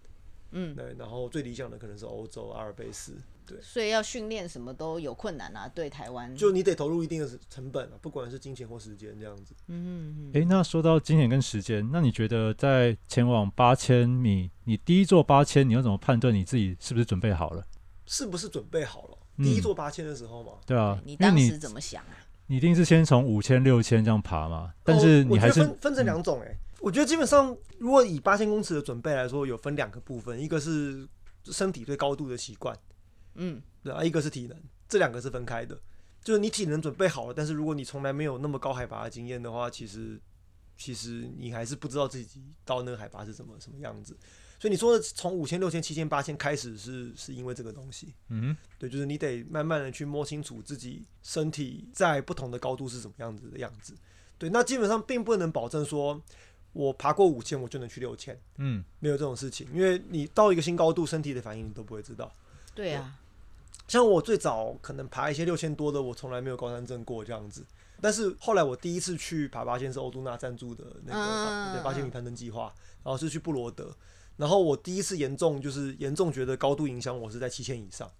Speaker 1: 嗯，
Speaker 3: 对，然后最理想的可能是欧洲阿尔卑斯，对，
Speaker 1: 所以要训练什么都有困难啊，对台湾。
Speaker 3: 就你得投入一定的成本啊，不管是金钱或时间这样子。
Speaker 1: 嗯嗯
Speaker 4: 诶，那说到经验跟时间，那你觉得在前往八千米，你第一座八千，你要怎么判断你自己是不是准备好了？
Speaker 3: 是不是准备好
Speaker 4: 嗯
Speaker 3: 了？第一座八千的时候嘛，
Speaker 4: 对啊
Speaker 1: 嗯，，你
Speaker 4: 因为
Speaker 1: 当时
Speaker 4: 你
Speaker 1: 怎么想啊？
Speaker 4: 你一定是先从五千、六千这样爬嘛，但是你
Speaker 3: 我哦我觉
Speaker 4: 还
Speaker 3: 得
Speaker 4: 是嗯
Speaker 3: 分分成两种哎、我觉得基本上如果以八千公尺的准备来说，有分两个部分，一个是身体对高度的习惯，
Speaker 1: 嗯，
Speaker 3: 对啊，一个是体能，这两个是分开的。就是你体能准备好了，但是如果你从来没有那么高海拔的经验的话，其实其实你还是不知道自己到那个海拔是什么什么样子。所以你说的从五千、六千、七千、八千开始是是因为这个东西，
Speaker 4: 嗯
Speaker 3: 对，就是你得慢慢的去摸清楚自己身体在不同的高度是什么样子的样子。对，那基本上并不能保证说我爬过五千我就能去六千，
Speaker 4: 嗯，
Speaker 3: 没有这种事情，因为你到一个新高度，身体的反应你都不会知道。
Speaker 1: 对啊，
Speaker 3: 像我最早可能爬一些六千多的，我从来没有高山症过这样子。但是后来我第一次去爬八千是欧都娜赞助的那个
Speaker 1: 嗯
Speaker 3: 八对八千米攀登计划，然后是去布罗德，然后我第一次严重就是严重觉得高度影响我是在七千以上，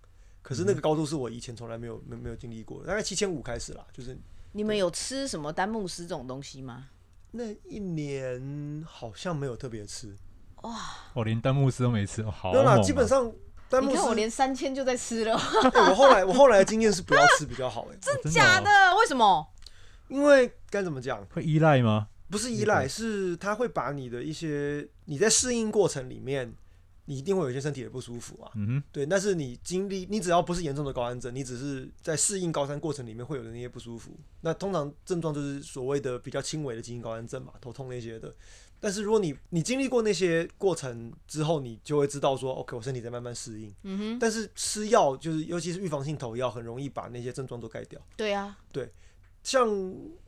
Speaker 3: 可是那
Speaker 1: 嗯
Speaker 3: 个高度是我以前从来没有没有没有经历过的，大概七千五开始啦，就是
Speaker 1: 你们有吃什么丹木斯这种东西吗？
Speaker 3: 那一年好像没有特别吃，
Speaker 4: 我哦连丹木斯都没吃，哦好
Speaker 3: 没有
Speaker 4: 猛
Speaker 3: 啦，
Speaker 4: 啊！
Speaker 3: 基本上丹
Speaker 1: 你
Speaker 3: 木斯
Speaker 1: 看我连三千就在吃了，
Speaker 3: 哎我后来我后来的经验是不要吃比较好、 哎，
Speaker 4: 真哦
Speaker 1: 假的？为什么？
Speaker 3: 因为该怎么讲？
Speaker 4: 会依赖吗？
Speaker 3: 不是依
Speaker 4: 那个
Speaker 3: 赖，是它会把你的一些你在适应过程里面，你一定会有一些身体的不舒服啊。
Speaker 4: 嗯
Speaker 3: 对，但是你经历，你只要不是严重的高山症，你只是在适应高山过程里面会有的那些不舒服，那通常症状就是所谓的比较轻微的基因高山症嘛，头痛那些的。但是如果你你经历过那些过程之后，你就会知道说，OK，我身体在慢慢适应。
Speaker 1: 嗯哼，
Speaker 3: 但是吃药就是，尤其是预防性投药，很容易把那些症状都盖掉。
Speaker 1: 对啊，
Speaker 3: 像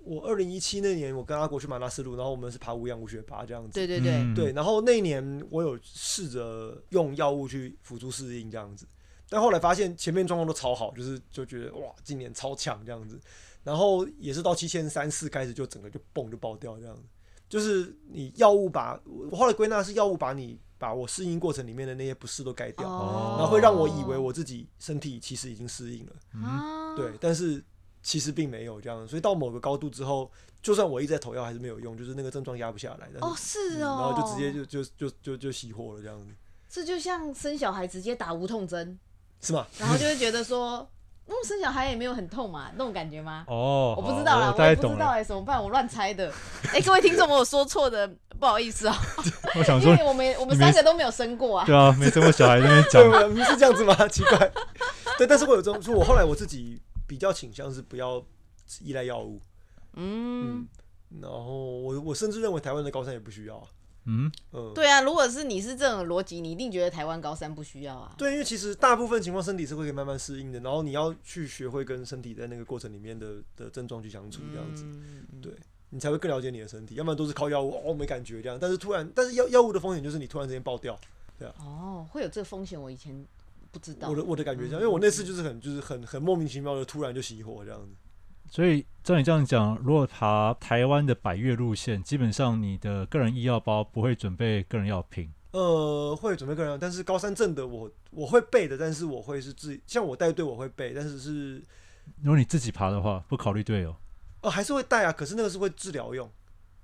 Speaker 3: 我二零一七那年，我跟阿国去马拉斯鲁，然后我们是爬无氧无雪爬这样子。
Speaker 1: 对对
Speaker 4: 哼，
Speaker 1: 对，
Speaker 4: 嗯
Speaker 3: 对，，然后那一年我有试着用药物去辅助适应这样子，但后来发现前面状况都超好，就是就觉得哇，今年超强这样子，然后也是到七千三四开始就整个就蹦就爆掉这样子，就是你药物把我后来归纳是药物把你把我适应过程里面的那些不适都盖掉，
Speaker 1: 哦
Speaker 3: 然后会让我以为我自己身体其实已经适应了。
Speaker 4: 嗯
Speaker 1: 啊，
Speaker 3: 对，但是其实并没有这样，所以到某个高度之后，就算我一直在投药还是没有用，就是那个症状压不下来，但
Speaker 1: 哦，
Speaker 3: 是、嗯
Speaker 1: 是
Speaker 3: 然
Speaker 1: 哦，
Speaker 3: 后就直接就就就就就熄火了这样子，
Speaker 1: 这就像生小孩直接打无痛针，
Speaker 3: 是吗？
Speaker 1: 然后就会觉得说， 嗯，生小孩也没有很痛嘛，那种感觉吗？
Speaker 4: 哦，
Speaker 1: 我不
Speaker 4: 好
Speaker 1: 知道啦，
Speaker 4: 我
Speaker 1: 我
Speaker 4: 大概
Speaker 1: 也不
Speaker 4: 懂
Speaker 1: 知道
Speaker 4: 了。
Speaker 1: 哎、怎么办？我乱猜的。 哎、各位听众，我有说错的， 不好意思啊、
Speaker 4: 我想
Speaker 1: 因
Speaker 4: 说
Speaker 1: 为，我们我们
Speaker 4: 你没
Speaker 1: 三个都没有生过啊。
Speaker 4: 对啊，没生过小孩在那边
Speaker 3: 对
Speaker 4: 讲，
Speaker 3: 我们是这样子吗？ 奇怪，对，但是我有这种，就我后来我自己比较倾向是不要依赖药物，
Speaker 1: 嗯，
Speaker 3: 然后我我甚至认为台湾的高山也不需要啊，
Speaker 4: 嗯，
Speaker 3: 嗯，
Speaker 1: 对啊，如果是你是这种逻辑，你一定觉得台湾高山不需要啊。
Speaker 3: 对，因为其实大部分情况身体是会可以慢慢适应的，然后你要去学会跟身体在那个过程里面的的症状去相处这样子。
Speaker 1: 嗯，
Speaker 3: 你才会更了解你的身体，要不然都是靠药物哦没感觉这样。但是突然，但是药药物的风险就是你突然之间爆掉。
Speaker 1: 哦，会有这个风险，我以前不知道
Speaker 3: 我。的我的感觉这样，因为我那次就是很就是很很莫名其妙的突然就熄火这样子。
Speaker 4: 所以照你这样讲，如果爬台湾的百越路线，基本上你的个人医药包不会准备个人药品，
Speaker 3: 呃，会准备个人药，但是高山症的我我会背的，但是我会是自己像我带队我会背，但是是
Speaker 4: 如果你自己爬的话，不考虑队友。
Speaker 3: 呃还是会带啊，可是那个是会治疗用，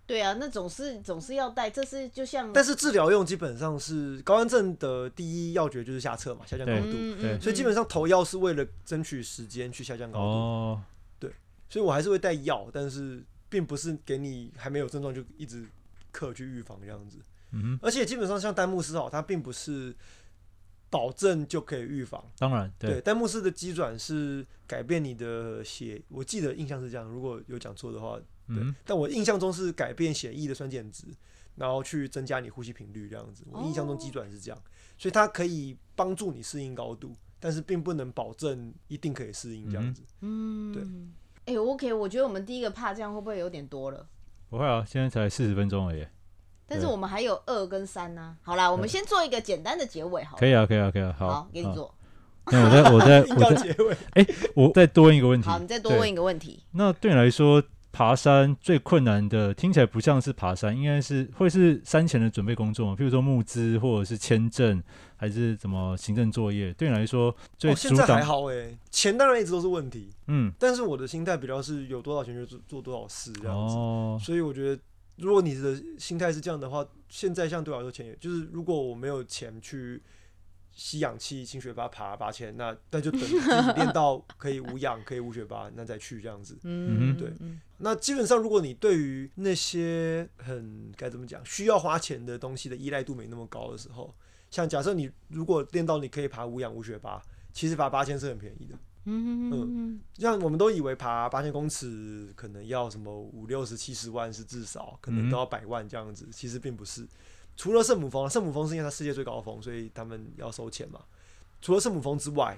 Speaker 1: 对啊，那总是总是要带，这是就像
Speaker 3: 但是治疗用基本上是高山症的第一要诀就是下撤嘛，下降高
Speaker 4: 对
Speaker 3: 度，
Speaker 1: 嗯
Speaker 4: 对
Speaker 1: 嗯
Speaker 3: 所以基本上投药是为了争取时间去下降高度。
Speaker 4: 哦，
Speaker 3: 所以我还是会带药，但是并不是给你还没有症状就一直克去预防这样子。
Speaker 4: 嗯哼，
Speaker 3: 而且基本上像丹木斯哦，它并不是保证就可以预防。
Speaker 4: 当然，对，
Speaker 3: 但牧师的机转是改变你的血，我记得印象是这样，如果有讲错的话，对，
Speaker 4: 嗯，
Speaker 3: 但我印象中是改变血液的酸碱值，然后去增加你呼吸频率这样子。我印象中
Speaker 1: 哦
Speaker 3: 机转是这样，所以它可以帮助你适应高度，但是并不能保证一定可以适应这样子。
Speaker 1: 嗯，
Speaker 3: 对。
Speaker 1: 哎、o k 我觉得我们第一个怕这样会不会有点多了？
Speaker 4: 不会啊，现在才四十分钟而已，
Speaker 1: 但是
Speaker 4: 对
Speaker 1: 我们还有二跟三呢、好啦，我们
Speaker 4: 对
Speaker 1: 先做一个简单的结尾好了，
Speaker 4: 可以啊，可以啊，可以啊，
Speaker 1: 好，
Speaker 4: 好，
Speaker 1: 给你
Speaker 4: 好。
Speaker 1: 做。
Speaker 4: 那我再，我再，
Speaker 3: 硬
Speaker 4: 我
Speaker 3: 到
Speaker 4: 再，
Speaker 3: 结尾，
Speaker 4: 我再多问一个问题。
Speaker 1: 好，你再多
Speaker 4: 嗯对
Speaker 1: 问一个问题。
Speaker 4: 那对你来说，爬山最困难的，听起来不像是爬山，应该是会是山前的准备工作吗？譬如说募资，或者是签证，还是怎么行政作业？对你来说最
Speaker 3: 哦，现
Speaker 4: 阻
Speaker 3: 在
Speaker 4: 挡
Speaker 3: 还，好哎、钱当然一直都是问题，
Speaker 4: 嗯，
Speaker 3: 但是我的心态比较是有多少钱就做做多少事这样子。
Speaker 4: 哦，
Speaker 3: 所以我觉得，如果你的心态是这样的话，现在像对我来说，钱也就是如果我没有钱去吸氧气、清学巴、爬八千，那那就等自己练到可以无氧、可以无学巴，那再去这样子。
Speaker 1: 嗯，
Speaker 3: 对
Speaker 1: 嗯
Speaker 3: 那基本上，如果你对于那些很该怎么讲需要花钱的东西的依赖度没那么高的时候，像假设你如果练到你可以爬无氧、无学巴，其实爬八千是很便宜的。
Speaker 1: 嗯嗯
Speaker 3: 像我们都以为爬八千公尺可能要什么五六十、七十万是至少，可能
Speaker 4: 嗯
Speaker 3: 都要百万这样子，其实并不是。除了圣母峰，圣母峰是因为它世界最高峰，所以他们要收钱嘛。除了圣母峰之外，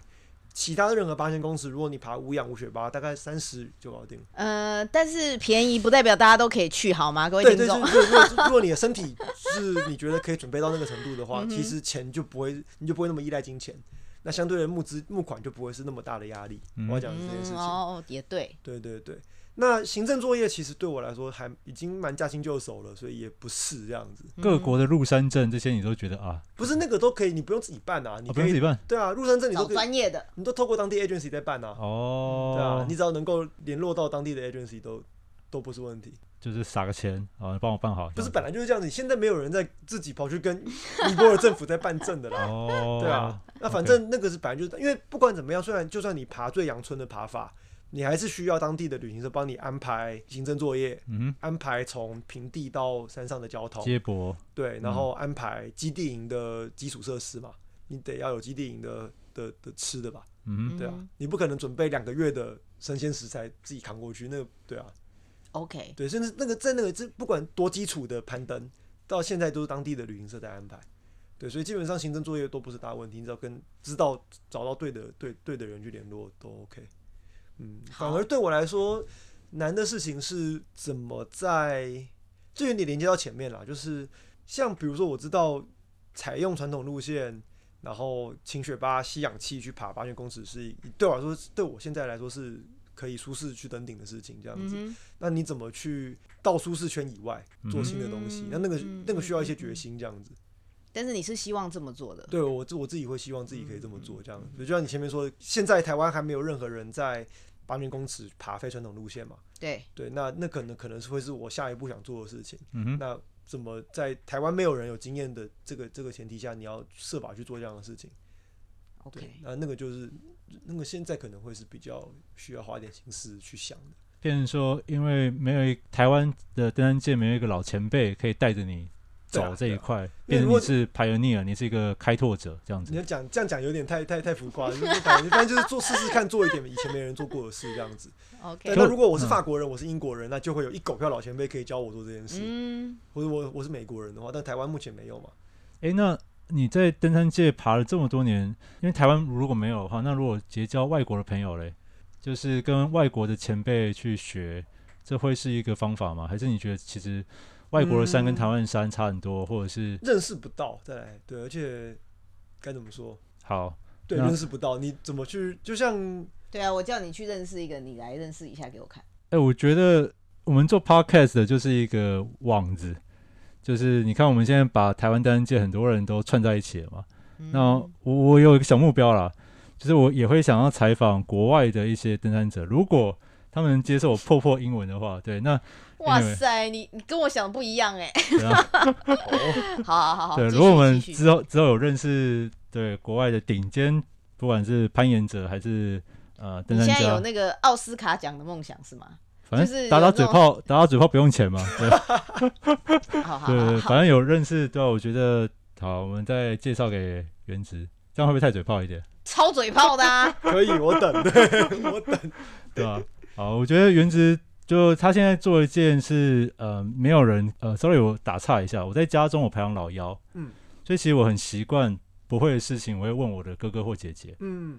Speaker 3: 其他的任何八千公尺，如果你爬无氧无雪巴，大概三十就搞定了。
Speaker 1: 呃，但是便宜不代表大家都可以去，好吗？各位
Speaker 3: 对
Speaker 1: 听
Speaker 3: 对，就
Speaker 1: 众，
Speaker 3: 是如果如果你的身体是你觉得可以准备到那个程度的
Speaker 1: 嗯
Speaker 3: 话，其实钱就不会，你就不会那么依赖金钱。那相对的募资募款就不会是那么大的压力。我要讲的是这件事
Speaker 1: 嗯，
Speaker 3: 情。
Speaker 1: 哦，也对，
Speaker 3: 对对对，那行政作业其实对我来说还已经蛮驾轻就熟了，所以也不是这样子，
Speaker 1: 嗯
Speaker 4: 各国的入山证这些你都觉得啊，
Speaker 3: 不是那个都可以，你不用自己办啊，你
Speaker 4: 啊不
Speaker 3: 可
Speaker 4: 用自
Speaker 3: 以、
Speaker 4: 己办
Speaker 3: 对啊，入山证你
Speaker 1: 找
Speaker 3: 都可以，
Speaker 1: 专业的，
Speaker 3: 你都透过当地 agency 在办啊，对啊
Speaker 4: 哦，，
Speaker 3: 你只要能够联络到当地的 agency 都都不是问题，
Speaker 4: 就是撒个钱啊，帮我办好，
Speaker 3: 不是
Speaker 4: 这
Speaker 3: 本
Speaker 4: 样
Speaker 3: 来就是这样子，现在没有人在自己跑去跟尼泊尔政府在办证的啦，
Speaker 4: 子哦，
Speaker 3: 对啊，，那反
Speaker 4: OK
Speaker 3: 正那个是本来就是，因为不管怎么样，虽然就算你爬最阳春的爬法，你还是需要当地的旅行社帮你安排行政作业，
Speaker 4: 嗯
Speaker 3: 安排从平地到山上的交通
Speaker 4: 哼，，接驳，
Speaker 3: 对，
Speaker 4: 嗯
Speaker 3: 然后安排基地营的基础设施嘛，你得要有基地营的的的吃的吧，
Speaker 4: 嗯
Speaker 3: 对啊，
Speaker 1: 嗯
Speaker 3: 你不可能准备两个月的生鲜食材自己扛过去，那个对啊，
Speaker 1: ，OK，
Speaker 3: 对，甚至那个在那个这不管多基础的攀登，到现在都是当地的旅行社在安排。对，所以基本上行政作业都不是大问题，你只要跟知道找到对的对对的人去联络都 OK。嗯，反
Speaker 1: 好
Speaker 3: 而对我来说难的事情是怎么在这有点连接到前面啦，就是像比如说我知道采用传统路线，然后清雪巴吸氧气去爬八千公尺是对我来说对我现在来说是可以舒适去登顶的事情，这样子。
Speaker 1: 嗯
Speaker 3: 那你怎么去到舒适圈以外做新的东西
Speaker 1: 嗯？
Speaker 3: 那那个
Speaker 1: 嗯
Speaker 3: 那个需要一些决心，这样子。
Speaker 1: 哼，但是你是希望这么做的，
Speaker 3: 对我自我自己会希望自己可以这么
Speaker 1: 嗯
Speaker 3: 做，这样。就像你前面说，现在台湾还没有任何人在八千公尺爬非传统路线嘛？
Speaker 1: 对，
Speaker 3: 对，那那可能可能是会是我下一步想做的事情。
Speaker 4: 嗯哼，
Speaker 3: 那怎么在台湾没有人有经验的这个这个前提下，你要设法去做这样的事情？对
Speaker 1: OK，，
Speaker 3: 那那个就是那个现在可能会是比较需要花一点心思去想的。
Speaker 4: 变成说，因为没有一台湾的登山界没有一个老前辈可以带着你
Speaker 3: 对啊
Speaker 4: 走这一
Speaker 3: 对啊
Speaker 4: 块，
Speaker 3: 因为
Speaker 4: 变
Speaker 3: 如
Speaker 4: 成
Speaker 3: 果
Speaker 4: 你是 pioneer，你是一个开拓者这样
Speaker 3: 你
Speaker 4: 子
Speaker 3: 要。讲这样讲有点太太太浮夸，就是反 正反正就是做试试看，做一点以前没人做过的事这样子。对，
Speaker 1: OK，
Speaker 3: 那如果我是法国人，我是英国人，那就会有一狗票老前辈可以教我做这件事。
Speaker 1: 嗯，
Speaker 3: 或者我我是美国人的话，但台湾目前没有嘛。
Speaker 4: 诶，那你在登山界爬了这么多年，因为台湾如果没有的话，那如果结交外国的朋友嘞，就是跟外国的前辈去学，这会是一个方法吗？还是你觉得其实外国的山跟
Speaker 3: 嗯
Speaker 4: 台湾的山差很多，或者是
Speaker 3: 认识不到，再来对，而且该怎么说？
Speaker 4: 好
Speaker 3: 对，
Speaker 4: 那
Speaker 3: 认识不到，你怎么去？就像
Speaker 1: 对啊，我叫你去认识一个，你来认识一下给我看。
Speaker 4: 哎、我觉得我们做 podcast 的就是一个网子，就是你看我们现在把台湾单人界很多人都串在一起了嘛。
Speaker 1: 嗯
Speaker 4: 那我我有一个小目标啦，就是我也会想要采访国外的一些登山者，如果他们能接受我破破英文的话，对， 那
Speaker 1: 哇塞，你你跟我想的不一样哎。
Speaker 4: 怎样
Speaker 1: 好好好好，
Speaker 4: 对，
Speaker 1: 继续
Speaker 4: 如果我们
Speaker 1: 继续
Speaker 4: 之后之后有认识对国外的顶尖，不管是攀岩者还是呃登
Speaker 1: 你
Speaker 4: 山
Speaker 1: 现在有
Speaker 4: 家，
Speaker 1: 那个奥斯卡奖的梦想是吗？
Speaker 4: 反
Speaker 1: 就是
Speaker 4: 正打
Speaker 1: 有
Speaker 4: 打
Speaker 1: 那
Speaker 4: 嘴
Speaker 1: 种
Speaker 4: 炮，打打嘴炮不用钱嘛，对。
Speaker 1: 好好好
Speaker 4: 对，
Speaker 1: 好，
Speaker 4: 反正有认识，对啊、我觉得好，我们再介绍给原子，这样会不会太嘴炮一点？
Speaker 1: 超嘴炮的啊！
Speaker 3: 可以，我等， 对我等。
Speaker 4: 对啊，好，我觉得原子就他现在做一件事，呃，没有人，呃，sorry，我打岔一下，我在家中我排行老幺，
Speaker 3: 嗯，
Speaker 4: 所以其实我很习惯不会的事情，我会问我的哥哥或姐姐。
Speaker 3: 嗯，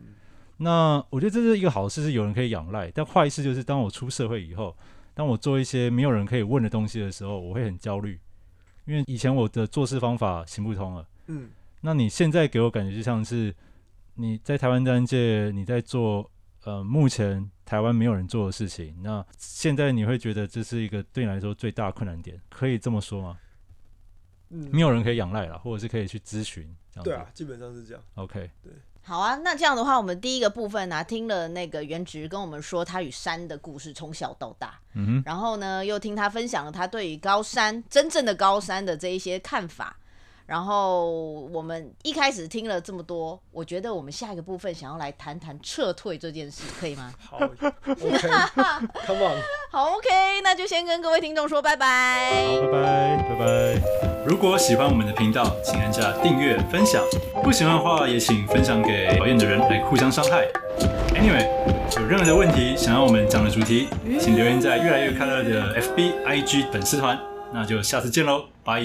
Speaker 4: 那我觉得这是一个好事，是有人可以仰赖，但坏事就是当我出社会以后，当我做一些没有人可以问的东西的时候，我会很焦虑，因为以前我的做事方法行不通了。
Speaker 3: 嗯，
Speaker 4: 那你现在给我感觉就像是你在台湾单界，你在做呃目前台湾没有人做的事情。那现在你会觉得这是一个对你来说最大的困难点，可以这么说吗？
Speaker 3: 嗯，
Speaker 4: 没有人可以仰赖了，或者是可以去咨询这样子。
Speaker 3: 对啊，基本上是这样。
Speaker 4: OK，
Speaker 1: 好啊，那这样的话，我们第一个部分呢、听了那个原植跟我们说他与山的故事，从小到大，
Speaker 4: 嗯哼，
Speaker 1: 然后呢，又听他分享了他对于高山真正的高山的这一些看法。然后我们一开始听了这么多，我觉得我们下一个部分想要来谈谈撤退这件事，可以吗？
Speaker 3: 好，OK，Come on。
Speaker 1: 好，OK，那就先跟各位听众说拜拜。
Speaker 4: 好，拜拜，拜拜。
Speaker 5: 如果喜欢我们的频道，请按下订阅、分享；不喜欢的话，也请分享给讨厌的人来互相伤害。Anyway，有任何的问题想要我们讲的主题，请留言在越来越快乐的 FB、IG 粉丝团。那就下次见喽，拜。